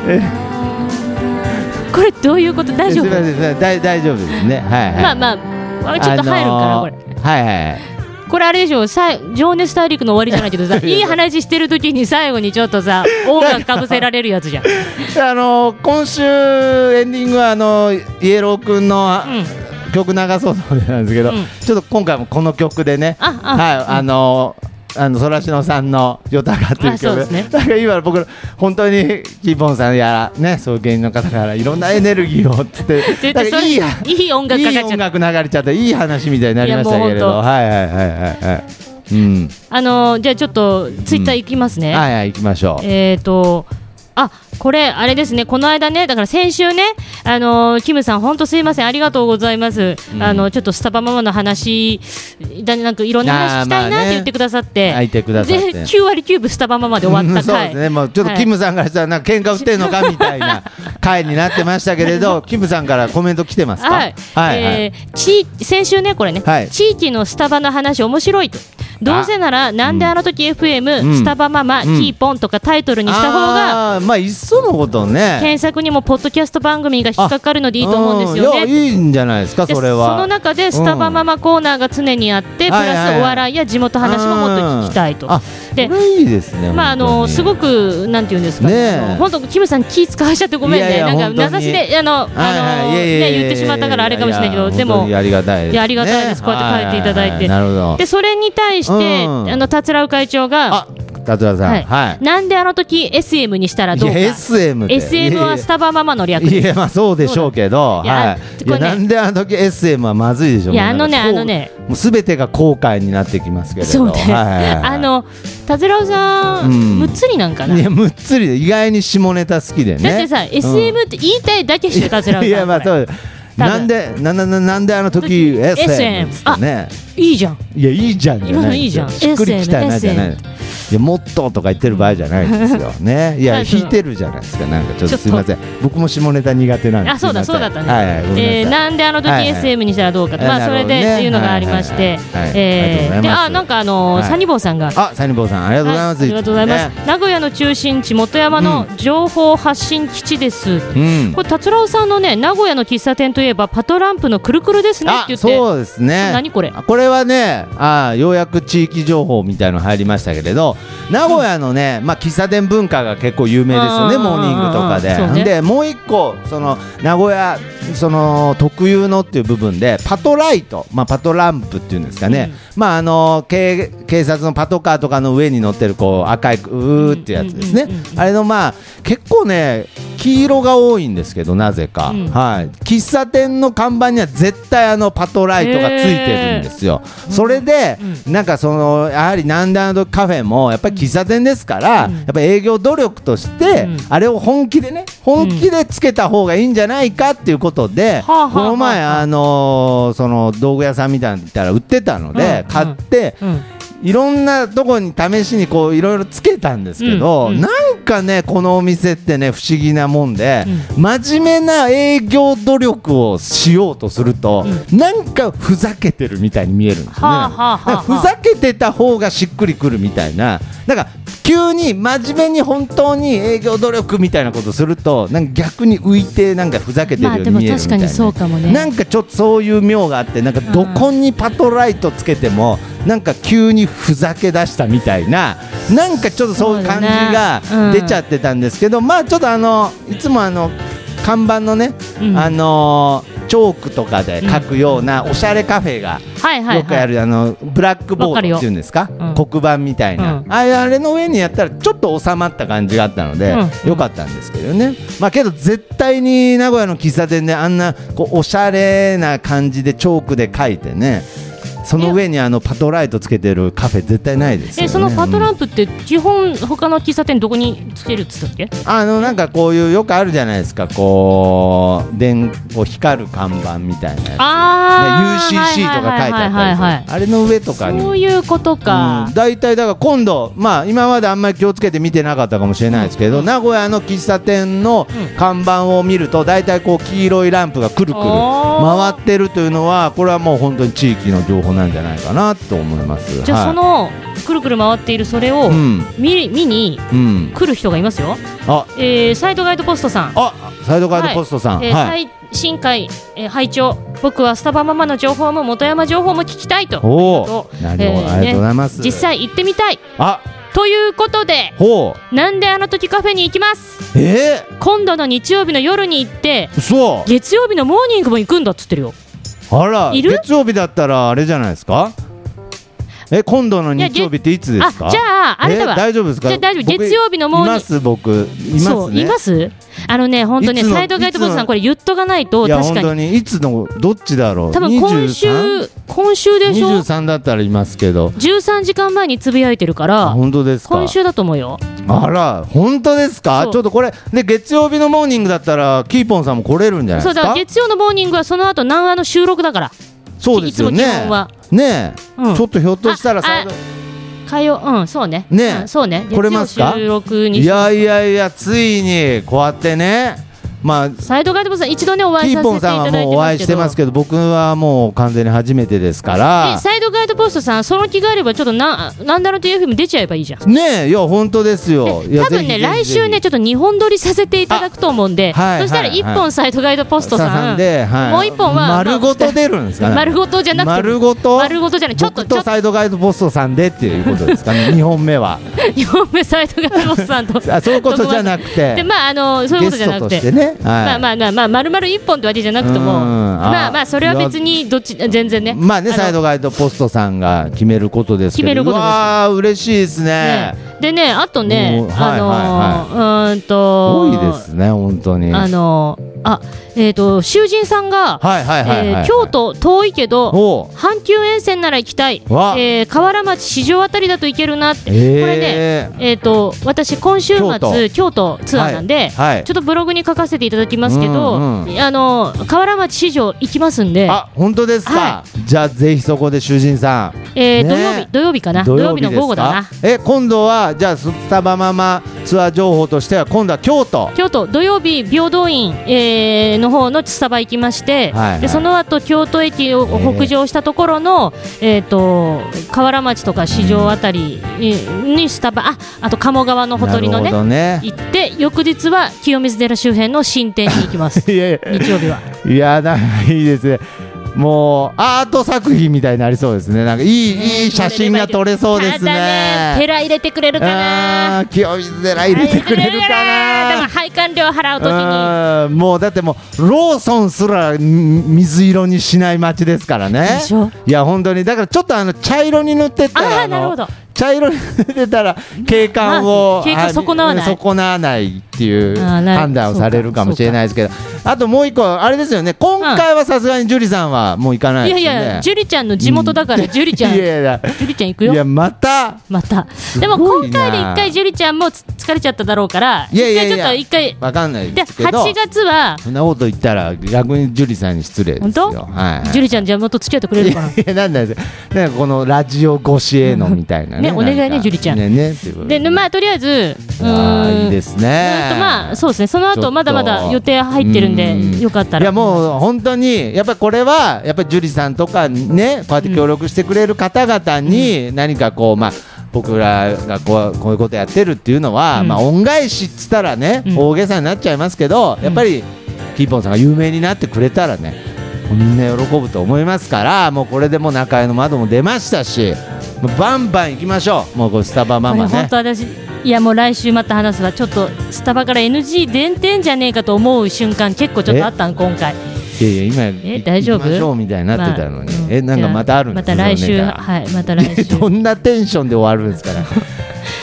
Speaker 3: これどういうこと大丈夫
Speaker 2: すみませんすみません大大丈夫ですねはいはい
Speaker 3: まあまああちょっと入るんかなこれ、
Speaker 2: あのーはいはいはい
Speaker 3: これあれでしょさい情熱大陸の終わりじゃない けどさいい話してる時に最後にちょっとさ音楽かぶせられるやつじゃん
Speaker 2: あの今週エンディングはあのイエロー君の、曲流そうと思ってたんですけど、
Speaker 3: うん
Speaker 2: ちょっと今回もこの曲でね
Speaker 3: ああ
Speaker 2: はい、あのあのそらしのさんの「よたか」っていう
Speaker 3: あそう
Speaker 2: 曲
Speaker 3: ですね
Speaker 2: なんか今僕本当にキーポンさんやらねそういう芸人の方からいろんなエネルギーをっつ って
Speaker 3: 絶
Speaker 2: な
Speaker 3: 対
Speaker 2: ん
Speaker 3: そ
Speaker 2: か
Speaker 3: れ
Speaker 2: いいや
Speaker 3: いい音楽かかっちゃった
Speaker 2: いい音楽流れちゃっていい話みたいになりましたけれ
Speaker 3: いやもう
Speaker 2: ど
Speaker 3: 本当
Speaker 2: はいはいはいはいはいうん
Speaker 3: あのーじゃあちょっとツイッター行きますね、
Speaker 2: はいはい行きましょう
Speaker 3: えー、と、あこれ、あれですね、この間ね、だから先週ね、あのーキムさん、本当すいません、ありがとうございます、あのちょっとスタバママの話、だなんかいろんな話した
Speaker 2: あ
Speaker 3: い
Speaker 2: ーま
Speaker 3: な
Speaker 2: あ
Speaker 3: っ
Speaker 2: ね
Speaker 3: て言ってくださって、
Speaker 2: あ言ってくださって
Speaker 3: で9割9分、スタバママで終わった
Speaker 2: そうで
Speaker 3: 回、
Speaker 2: すね、もうちょっとキムさんからしたら、なんか喧嘩売ってんのかみたいな回になってましたけれ ど、キムさんからコメント来てますか。
Speaker 3: はい、
Speaker 2: はい、はい
Speaker 3: えー地域先週ね、これね、
Speaker 2: はい
Speaker 3: 地域のスタバの話、面白いと。どうせなら、なんであの時 FM、
Speaker 2: うん
Speaker 3: スタバマ
Speaker 2: ん
Speaker 3: マ、キーポンとかタイトルにした方が、
Speaker 2: あーまあ、いっそのことね。
Speaker 3: 検索にもポッドキャスト番組が引っかかるのでいいと思うんですよね。
Speaker 2: ういや、いいんじゃないですか、
Speaker 3: で
Speaker 2: それは。
Speaker 3: の中でスタバママコーナーが常にあって、プ
Speaker 2: はいはい
Speaker 3: ラ
Speaker 2: は
Speaker 3: ス
Speaker 2: い
Speaker 3: お笑いや地元話ももっと聞きたいと
Speaker 2: うんあ、。
Speaker 3: で
Speaker 2: これいいですね。
Speaker 3: まああ
Speaker 2: 本当
Speaker 3: の
Speaker 2: に
Speaker 3: すごくなんて言うんですか、
Speaker 2: ねえ
Speaker 3: あの本当キムさん気使わしちゃってごめんね
Speaker 2: いやいや
Speaker 3: なんか
Speaker 2: 本当
Speaker 3: 名
Speaker 2: に
Speaker 3: 指しであのあ
Speaker 2: は
Speaker 3: の
Speaker 2: いはいいやいやいや
Speaker 3: ね
Speaker 2: いや
Speaker 3: 言ってしまったからあれかもしれないけど
Speaker 2: や
Speaker 3: で
Speaker 2: 本当
Speaker 3: も
Speaker 2: にありがたいです、
Speaker 3: いやありがたいですこうやって書いていただいて
Speaker 2: ははなるほど。
Speaker 3: でそれに対して
Speaker 2: うん
Speaker 3: あの達郎会長が
Speaker 2: あ、達也さん、
Speaker 3: は
Speaker 2: はいい。
Speaker 3: なんであの時 SM にしたらどうか
Speaker 2: いや SM で
Speaker 3: SM はスタバママの略
Speaker 2: いやまあそうでしょうけど
Speaker 3: そうだ
Speaker 2: はい
Speaker 3: や
Speaker 2: いいや
Speaker 3: これ
Speaker 2: な
Speaker 3: ね
Speaker 2: んであの時 SM はまずいでしょ
Speaker 3: いや
Speaker 2: もうなんか
Speaker 3: あのね
Speaker 2: こうもうすべてが後悔になってきますけれど
Speaker 3: そうね、
Speaker 2: はいはいはい
Speaker 3: あの達郎さん、
Speaker 2: うん
Speaker 3: むっつりなんかない
Speaker 2: やむっつりで意外に下ネタ好きでね
Speaker 3: だってさ、SM って言いたいだけして達郎さん
Speaker 2: いやまあ
Speaker 3: これ
Speaker 2: そうなんでななななんであの時 SM っつってね
Speaker 3: いいじゃん
Speaker 2: いやいいじゃんじゃ
Speaker 3: 今の
Speaker 2: ない
Speaker 3: いじゃん
Speaker 2: しっくりきたなじゃない
Speaker 3: SM
Speaker 2: いやもっととか言ってる場合じゃないですよ、ね、 いや
Speaker 3: はいそう
Speaker 2: 引いてるじゃないですか、なんかちょっと
Speaker 3: ちょっと
Speaker 2: すみません、僕も下ネタ苦手なんです
Speaker 3: あそうだ
Speaker 2: すいません
Speaker 3: そうだったね
Speaker 2: はいはいごめ
Speaker 3: えー
Speaker 2: んなさい
Speaker 3: なんであの時
Speaker 2: はいはい
Speaker 3: SM にしたらどうかと、まあ、
Speaker 2: な
Speaker 3: そ
Speaker 2: る
Speaker 3: れ
Speaker 2: ほどね
Speaker 3: でっていうのがありまして
Speaker 2: はいはいはいはいあ
Speaker 3: えー
Speaker 2: りがとうございます
Speaker 3: であなんかあのー
Speaker 2: はい
Speaker 3: サニボーさんが
Speaker 2: あサニボーさんありがとうございます、
Speaker 3: はいありがとうございます、名古屋の中心地元山の情報発信基地です、
Speaker 2: うん
Speaker 3: これ達郎さんのね名古屋の喫茶店といえばパトランプのくるくるですねって言って
Speaker 2: あそうですね
Speaker 3: 何これ
Speaker 2: あこれはねあようやく地域情報みたいの入りましたけれど名古屋のね、まあ、喫茶店文化が結構有名ですよね
Speaker 3: うんうんうん
Speaker 2: モーニングとかで、
Speaker 3: そうね
Speaker 2: でもう一個その名古屋その特有のっていう部分でパトライト、まあ、パトランプっていうんですかね、まああの警警察のパトカーとかの上に乗ってるこう赤いうーってやつですね、
Speaker 3: うんうんうんうん
Speaker 2: あれのまあ結構ね黄色が多いんですけどなぜか、
Speaker 3: うん
Speaker 2: はい喫茶店の看板には絶対あのパトライトがついてるんですよ、それで、なんかそのやはりなんだのカフェもやっぱり喫茶店ですから、やっぱ営業努力として、
Speaker 3: うん
Speaker 2: あれを本気でね本気でつけた方がいいんじゃないかっていうことで、
Speaker 3: はあはあはあ
Speaker 2: この前あのーその道具屋さんみたいなの行ったら売ってたので、
Speaker 3: うん
Speaker 2: 買って、
Speaker 3: うん
Speaker 2: いろんなとこに試しにこういろいろつけたんですけど、
Speaker 3: うんうん
Speaker 2: なんかねこのお店ってね不思議なもんで、真面目な営業努力をしようとすると、なんかふざけてるみたいに見えるんですね、
Speaker 3: はあはあはあはあ
Speaker 2: ふざけてた方がしっくりくるみたいななんか急に真面目に本当に営業努力みたいなことするとなんか逆に浮いてなんかふざけてるように見えるみたいな、
Speaker 3: まあでも確かにそうかもね
Speaker 2: なんかちょっとそういう妙があってなんかどこにパトライトつけてもなんか急にふざけ出したみたいななんかちょっとそういう感じ
Speaker 3: そうだねう
Speaker 2: が
Speaker 3: ん
Speaker 2: 出ちゃってたんですけどまあちょっとあのいつもあの看板のね、
Speaker 3: うん
Speaker 2: あのーチョークとかで書くようなおしゃれカフェが
Speaker 3: はいはい
Speaker 2: よくや
Speaker 3: はい
Speaker 2: るあのブラックボ
Speaker 3: わか
Speaker 2: ー
Speaker 3: る
Speaker 2: ド
Speaker 3: よ
Speaker 2: っていうんですか、
Speaker 3: うん
Speaker 2: 黒板みたいな、
Speaker 3: う
Speaker 2: ああれの上にやったらちょっと収まった感じがあったので、
Speaker 3: うん
Speaker 2: よかったんですけどね、まあ、けど絶対に名古屋の喫茶店であんなこうおしゃれな感じでチョークで書いてねその上にあのパトライトつけてるカフェ絶対ないですよね。
Speaker 3: えそのパトラ
Speaker 2: うん
Speaker 3: ンプって基本他の喫茶店どこにつけるっつったっけ
Speaker 2: あのなんかこういうよくあるじゃないですかこう電こう光る看板みたいなやつ、ね、
Speaker 3: あー
Speaker 2: UCC とか書いてあ
Speaker 3: はいはいはいは
Speaker 2: ったり
Speaker 3: い
Speaker 2: するあれの上とかに
Speaker 3: そういうことか、
Speaker 2: うん大体だから今度、まあ、今まであんまり気をつけて見てなかったかもしれないですけど、名古屋の喫茶店の看板を見ると大体こう黄色いランプがくるくる
Speaker 3: おー
Speaker 2: 回ってるというのはこれはもう本当に地域の情報なんじゃないかなと思います。
Speaker 3: じゃあ
Speaker 2: は
Speaker 3: そ
Speaker 2: い
Speaker 3: のくるくる回っているそれを
Speaker 2: うん
Speaker 3: 見,、見に
Speaker 2: うん、
Speaker 3: 来る人がいますよ、
Speaker 2: あ
Speaker 3: えー、サイドガイドポストさん
Speaker 2: あサイドガードポストさん、
Speaker 3: はいえー最新回、えー拝聴僕はスタバママの情報も元山情報も聞きたいと
Speaker 2: お
Speaker 3: と
Speaker 2: お、なるほど、ありがとうございます。
Speaker 3: ね実際行ってみたい
Speaker 2: あ、
Speaker 3: ということで
Speaker 2: ほ
Speaker 3: なんであの時カフェに行きます
Speaker 2: う、え
Speaker 3: 今度の日曜日の夜に行って
Speaker 2: ー、そ
Speaker 3: 月曜日のモーニングも行くんだっつってるよ
Speaker 2: う、あら、
Speaker 3: いる
Speaker 2: 月曜日だったらあれじゃないですか。え、今度の
Speaker 3: いや
Speaker 2: 日
Speaker 3: げ
Speaker 2: 曜日っていつですか。
Speaker 3: あじゃああれだわ
Speaker 2: え大丈夫ですか。
Speaker 3: じゃあ大丈夫
Speaker 2: 僕
Speaker 3: 月曜日のモーニング
Speaker 2: います僕いますね。
Speaker 3: そういますあのね本当ね
Speaker 2: いつの
Speaker 3: サイドガイドポス
Speaker 2: いつ
Speaker 3: トさ
Speaker 2: の
Speaker 3: んこれ言っとかないと
Speaker 2: いや
Speaker 3: 確
Speaker 2: 本
Speaker 3: か
Speaker 2: 当
Speaker 3: に
Speaker 2: にいつのどっちだろう。
Speaker 3: 多分今週今週で
Speaker 2: 二
Speaker 3: しょ
Speaker 2: 十三だったらいますけど。
Speaker 3: 13時間前につぶやいてるか
Speaker 2: あ
Speaker 3: ら
Speaker 2: 本当ですか。
Speaker 3: 今週だと思うよ
Speaker 2: あら本当ですか
Speaker 3: そう。
Speaker 2: ちょっとこれで月曜日のモーニングだったらキーポンさんも来れるんじゃない
Speaker 3: そ
Speaker 2: ですか。
Speaker 3: うだから月曜のモーニングはその後南話の収録だから
Speaker 2: そうですよね
Speaker 3: いつも基本は。
Speaker 2: ねえ、
Speaker 3: うん
Speaker 2: ちょっとひょっとしたらサイド
Speaker 3: あ火曜うんそうね
Speaker 2: ねえ
Speaker 3: うんそうね
Speaker 2: 来れますか
Speaker 3: 月曜収録に
Speaker 2: いやいやいやついにこうやってねまあ
Speaker 3: サイドガイドポストさん一度ねお会
Speaker 2: キ
Speaker 3: いさ
Speaker 2: ー
Speaker 3: せて
Speaker 2: ポ
Speaker 3: い
Speaker 2: ンさんは
Speaker 3: ただいてま
Speaker 2: も
Speaker 3: すけ
Speaker 2: う
Speaker 3: ど
Speaker 2: お会いしてますけど僕はもう完全に初めてですから
Speaker 3: えサイドガイドポストさんその気があればちょっとななんだろうと FM 出ちゃえばいいじゃん
Speaker 2: ねえいや本当ですよいや
Speaker 3: 多分ね来週ねちょっと2本撮りさせていただくと思うんで、
Speaker 2: あはい
Speaker 3: そしたら
Speaker 2: はいはい
Speaker 3: 1本サイドガイドポストさん,、
Speaker 2: で、はい、
Speaker 3: もう一本は
Speaker 2: 丸ごと出るんですかね
Speaker 3: 丸ごとじゃなくて
Speaker 2: 丸ごと
Speaker 3: 丸ごとじゃないちょっと
Speaker 2: 僕と
Speaker 3: ちょっと
Speaker 2: サイドガイドポストさんでっていうことですか ね二本目は
Speaker 3: 2本目サイドガイドポストさんと
Speaker 2: あそういうことじゃなくて
Speaker 3: でまああのそうい
Speaker 2: ゲ
Speaker 3: うことじゃ
Speaker 2: ス
Speaker 3: な
Speaker 2: トと
Speaker 3: くて
Speaker 2: してね、はい、
Speaker 3: まあまあまあまあ丸々一本ってわけじゃなくても
Speaker 2: うんあ
Speaker 3: まあまあそれは別にどっち全然ね
Speaker 2: まあね
Speaker 3: あの
Speaker 2: サイドガイドポストさんが決めることですけど
Speaker 3: 決めることです
Speaker 2: うわー嬉しいですね
Speaker 3: ねでねあとね
Speaker 2: おーはい
Speaker 3: あのーうーん
Speaker 2: 多
Speaker 3: と
Speaker 2: いですね本当に
Speaker 3: あのーあ、えっ、と、囚人さんが、
Speaker 2: はいはいはいはい
Speaker 3: えー京都遠いけ
Speaker 2: お
Speaker 3: ど
Speaker 2: う
Speaker 3: 阪急沿線なら行きたい、え
Speaker 2: わ
Speaker 3: ー、河原町四条あたりだと行けるなって、
Speaker 2: へー
Speaker 3: これね、えー、と私今週末
Speaker 2: 京
Speaker 3: 京
Speaker 2: 都
Speaker 3: 都ツアーなんで、
Speaker 2: はいはい
Speaker 3: ちょっとブログに書かせていただきますけ
Speaker 2: う
Speaker 3: ど、
Speaker 2: んう
Speaker 3: あの河原町四条行きますんで、
Speaker 2: あ本当ですか、
Speaker 3: は
Speaker 2: じゃあぜひそこで囚人さん
Speaker 3: えー
Speaker 2: ね
Speaker 3: 土曜日土曜日かな土曜日の午後だ
Speaker 2: で
Speaker 3: な
Speaker 2: すかえ今度はじゃあスタバママツアー情報としては今度は京都
Speaker 3: 京都土曜日平等院、えーの方のスタバ行きまして、
Speaker 2: はいはい
Speaker 3: でその後京都駅を北上したところの、えー、と河原町とか四条あたりににスタバああと鴨川のほとりの
Speaker 2: な
Speaker 3: ね
Speaker 2: るほどね
Speaker 3: 行って翌日は清水寺周辺の新店に行きま す
Speaker 2: いやい
Speaker 3: 日曜日は
Speaker 2: やいやなんかいいですねもうアート作品みたいになりそうですねなんかいい,、いい写真が撮れそうです
Speaker 3: ただね
Speaker 2: ね
Speaker 3: 寺入れてくれるかな
Speaker 2: あー清水寺入れてくれるか
Speaker 3: で
Speaker 2: な
Speaker 3: も配管料払うときに
Speaker 2: うんもうだってもうローソンすらん水色にしない街ですからね
Speaker 3: でしょ
Speaker 2: いや本当にだからちょっとあの茶色に塗ってったら
Speaker 3: あー
Speaker 2: あの
Speaker 3: なるほど
Speaker 2: 茶色に塗ってたら景観を、
Speaker 3: まあ景観損なわない
Speaker 2: あ損なわないっていう
Speaker 3: あーなる
Speaker 2: 判断をされるかもしれないですけどあともう一個あれですよね今回はさすがに樹里さんはもう行かない
Speaker 3: い
Speaker 2: で
Speaker 3: や
Speaker 2: す
Speaker 3: い
Speaker 2: よね
Speaker 3: や樹里ちゃんの地元だから樹里ちゃん
Speaker 2: い
Speaker 3: 樹
Speaker 2: やいや
Speaker 3: 里ちゃん行くよ
Speaker 2: いやまた
Speaker 3: また
Speaker 2: ごい
Speaker 3: で
Speaker 2: な
Speaker 3: も今回で一回樹里ちゃんもつ疲れちゃっただろうから
Speaker 2: い
Speaker 3: 一
Speaker 2: やいやいや
Speaker 3: 回ちょっと一回
Speaker 2: わかんない
Speaker 3: で
Speaker 2: ですけど
Speaker 3: 8月は
Speaker 2: そんなこと言ったら逆に樹里さんに失礼ですよ
Speaker 3: 本当
Speaker 2: はい
Speaker 3: 樹里ちゃんじゃあもっと付き合ってくれるかない
Speaker 2: やなんだよなんかこのラジオ越しへのみたいなね
Speaker 3: ねお願いね
Speaker 2: なんか
Speaker 3: 樹里ちゃん
Speaker 2: ねねっていうこと
Speaker 3: でまあとりあえずう
Speaker 2: あー
Speaker 3: ーん
Speaker 2: いいですね
Speaker 3: うんとまあそうですねその
Speaker 2: ちょっ
Speaker 3: 後
Speaker 2: と
Speaker 3: まだまだ予定入ってるん
Speaker 2: うん
Speaker 3: でよかったら
Speaker 2: いやもう本当にやっぱりこれはやっぱり樹里さんとかねこうやって協力してくれる方々に何かこうまあ僕らがこうこういうことやってるっていうのは、
Speaker 3: うん
Speaker 2: まあ恩返しっつったらね、
Speaker 3: うん
Speaker 2: 大げさになっちゃいますけど、やっぱりキーポンさんが有名になってくれたらねみんな喜ぶと思いますからもうこれでもう中江の窓も出ましたしもうバンバン行きましょうもうこうスタバマ
Speaker 3: これ
Speaker 2: マ
Speaker 3: 本
Speaker 2: ね
Speaker 3: 当私いやもう来週また話すわちょっとスタバから NG 出んてんじゃねえかと思う瞬間結構ちょっとあったん今回
Speaker 2: いやいや今行
Speaker 3: え大丈夫
Speaker 2: 行きましょうみたいになってたのに、
Speaker 3: まあうん
Speaker 2: えなんかまたあるん
Speaker 3: じゃ
Speaker 2: で
Speaker 3: ます
Speaker 2: か
Speaker 3: た来週
Speaker 2: そのネタ
Speaker 3: はいまた 来週
Speaker 2: どんなテンションで終わるんです から。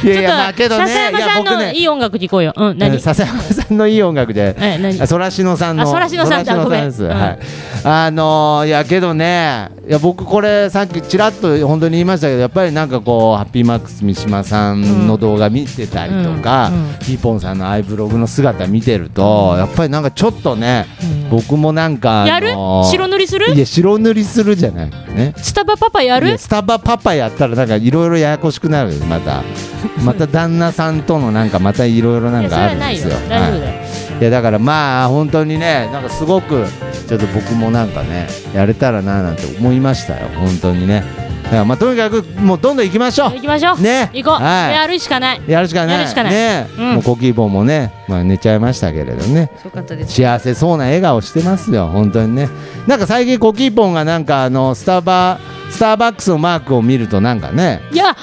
Speaker 2: いやいや、まあけどね、
Speaker 3: 笹山さん
Speaker 2: いや僕
Speaker 3: の
Speaker 2: ね
Speaker 3: いい音楽聞こうようん
Speaker 2: う
Speaker 3: 何
Speaker 2: ん笹山さんのいい音楽で
Speaker 3: え何、
Speaker 2: あそらしのさんの、
Speaker 3: あそらしのさんだ
Speaker 2: そら
Speaker 3: ごめん
Speaker 2: です
Speaker 3: うん
Speaker 2: はい。あのーいやけどね、いや僕これさっきちらっと本当に言いましたけど、やっぱりなんかこうハッピーマックス三島さんの動画見てたりとか
Speaker 3: うんうん、
Speaker 2: ピーポンさんのアイブログの姿見てると、やっぱりなんかちょっとね、僕もなんかあ
Speaker 3: やる
Speaker 2: のー
Speaker 3: 白塗りする
Speaker 2: いや白塗りするじゃないね。
Speaker 3: スタバパパや
Speaker 2: い
Speaker 3: る
Speaker 2: やスタバパパやったらなんかいろいろややこしくなるよま たまた旦那さんとのなんかまたいろいろなんかあるんですよ
Speaker 3: いやそれはないよ大丈夫だよ
Speaker 2: はいいやだからまあ本当にねなんかすごくちょっと僕もなんかねやれたらななんて思いましたよ本当にねだからまあとにかくもうどんどん行きましょう
Speaker 3: 行きましょう
Speaker 2: ね
Speaker 3: 行こう
Speaker 2: はい
Speaker 3: やるしかない
Speaker 2: やるしかない
Speaker 3: やるしかない
Speaker 2: ね、
Speaker 3: うん
Speaker 2: もうコキーボンもねまあ寝ちゃいましたけれどね
Speaker 3: よかったです
Speaker 2: 幸せそうな笑顔してますよ、本当にね。なんか最近、コキーポンがなんかあのスタバ、スターバックスのマークを見ると、なんかね、
Speaker 3: いや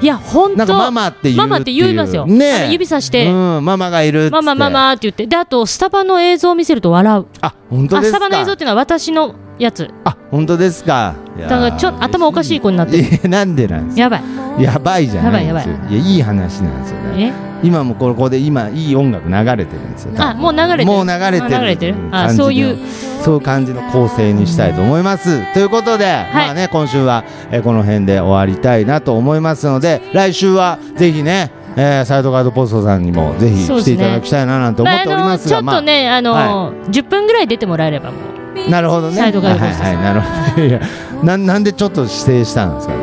Speaker 3: いや本当
Speaker 2: なんかママって言う
Speaker 3: ママって言いますよ
Speaker 2: ね
Speaker 3: あの指さして
Speaker 2: うん、ママがいるっつって。
Speaker 3: ママママって言ってであとスタバの映像を見せると笑う
Speaker 2: あ、本当
Speaker 3: あ
Speaker 2: で
Speaker 3: ス
Speaker 2: すか。
Speaker 3: タバの映像っていうのは私のやつ
Speaker 2: あ、本当ですか。いや
Speaker 3: だからちょっと頭おかしい子になってる
Speaker 2: いやなんでなんです
Speaker 3: やばい
Speaker 2: やばいじゃないんですよい
Speaker 3: や
Speaker 2: やいい話なんですよね
Speaker 3: え
Speaker 2: 今もここで今いい音楽流れてるんですよ
Speaker 3: あもう流れてる
Speaker 2: もう流れてる
Speaker 3: あ流れてるあ
Speaker 2: 感じの
Speaker 3: そういう
Speaker 2: そういう感じの構成にしたいと思いますということで、まあね今週は、えーこの辺で終わりたいなと思いますので来週はぜひね、えーサイドカードポストさんにもぜひ
Speaker 3: そう
Speaker 2: 来
Speaker 3: で
Speaker 2: て
Speaker 3: すね
Speaker 2: いただきたいななんて思っております
Speaker 3: ちょ
Speaker 2: が
Speaker 3: っとねあの10分ぐらい出てもらえればもう
Speaker 2: まあ、なるほどね
Speaker 3: サイドカードポストさ
Speaker 2: はい
Speaker 3: ん
Speaker 2: はいなるほどいやななんでちょっと指定したんですか、ね、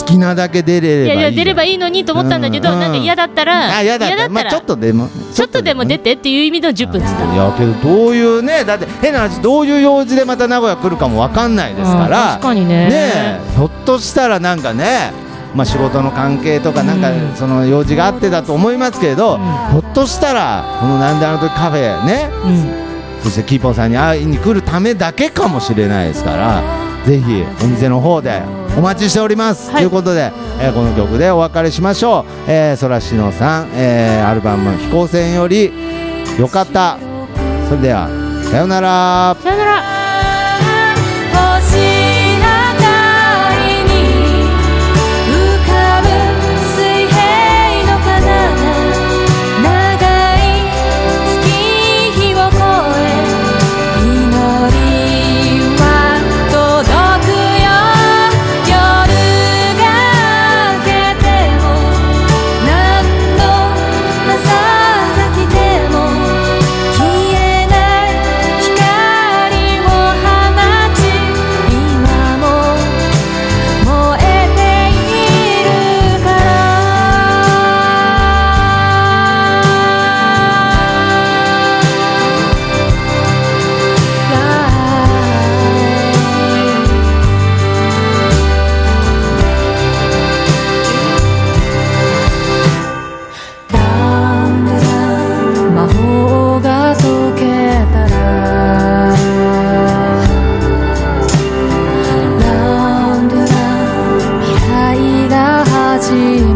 Speaker 2: 好きなだけ出れれ
Speaker 3: い
Speaker 2: ば
Speaker 3: や
Speaker 2: いい
Speaker 3: いや出れば
Speaker 2: い
Speaker 3: いいのにと思ったんだけど
Speaker 2: うん
Speaker 3: なんか嫌だったら
Speaker 2: あ嫌だった
Speaker 3: 嫌だ
Speaker 2: ま
Speaker 3: っ
Speaker 2: あ、
Speaker 3: た
Speaker 2: ちょっ
Speaker 3: ら
Speaker 2: とでも
Speaker 3: ちょっとでも出てっていう意味の10分っつった
Speaker 2: いやけどどういうねだって変な話どういう用事でまた名古屋来るかもわかんないですから
Speaker 3: あー確かにね
Speaker 2: えひょっとしたらなんかねまあ仕事の関係とかなんかその用事があってだと思いますけれど、ひょっとしたらこの「なんであの時カフェね」
Speaker 3: うん
Speaker 2: そしてキーポンさんに会いに来るためだけかもしれないですからぜひお店の方でお待ちしております、
Speaker 3: はい
Speaker 2: ということで、えーこの曲でお別れしましょう、えー、そらしのさん、えーアルバム「飛行船」より「よかった」それではさようなら
Speaker 3: さよなら
Speaker 4: 星あたりに浮かぶ水平の彼方長い月日を越えしを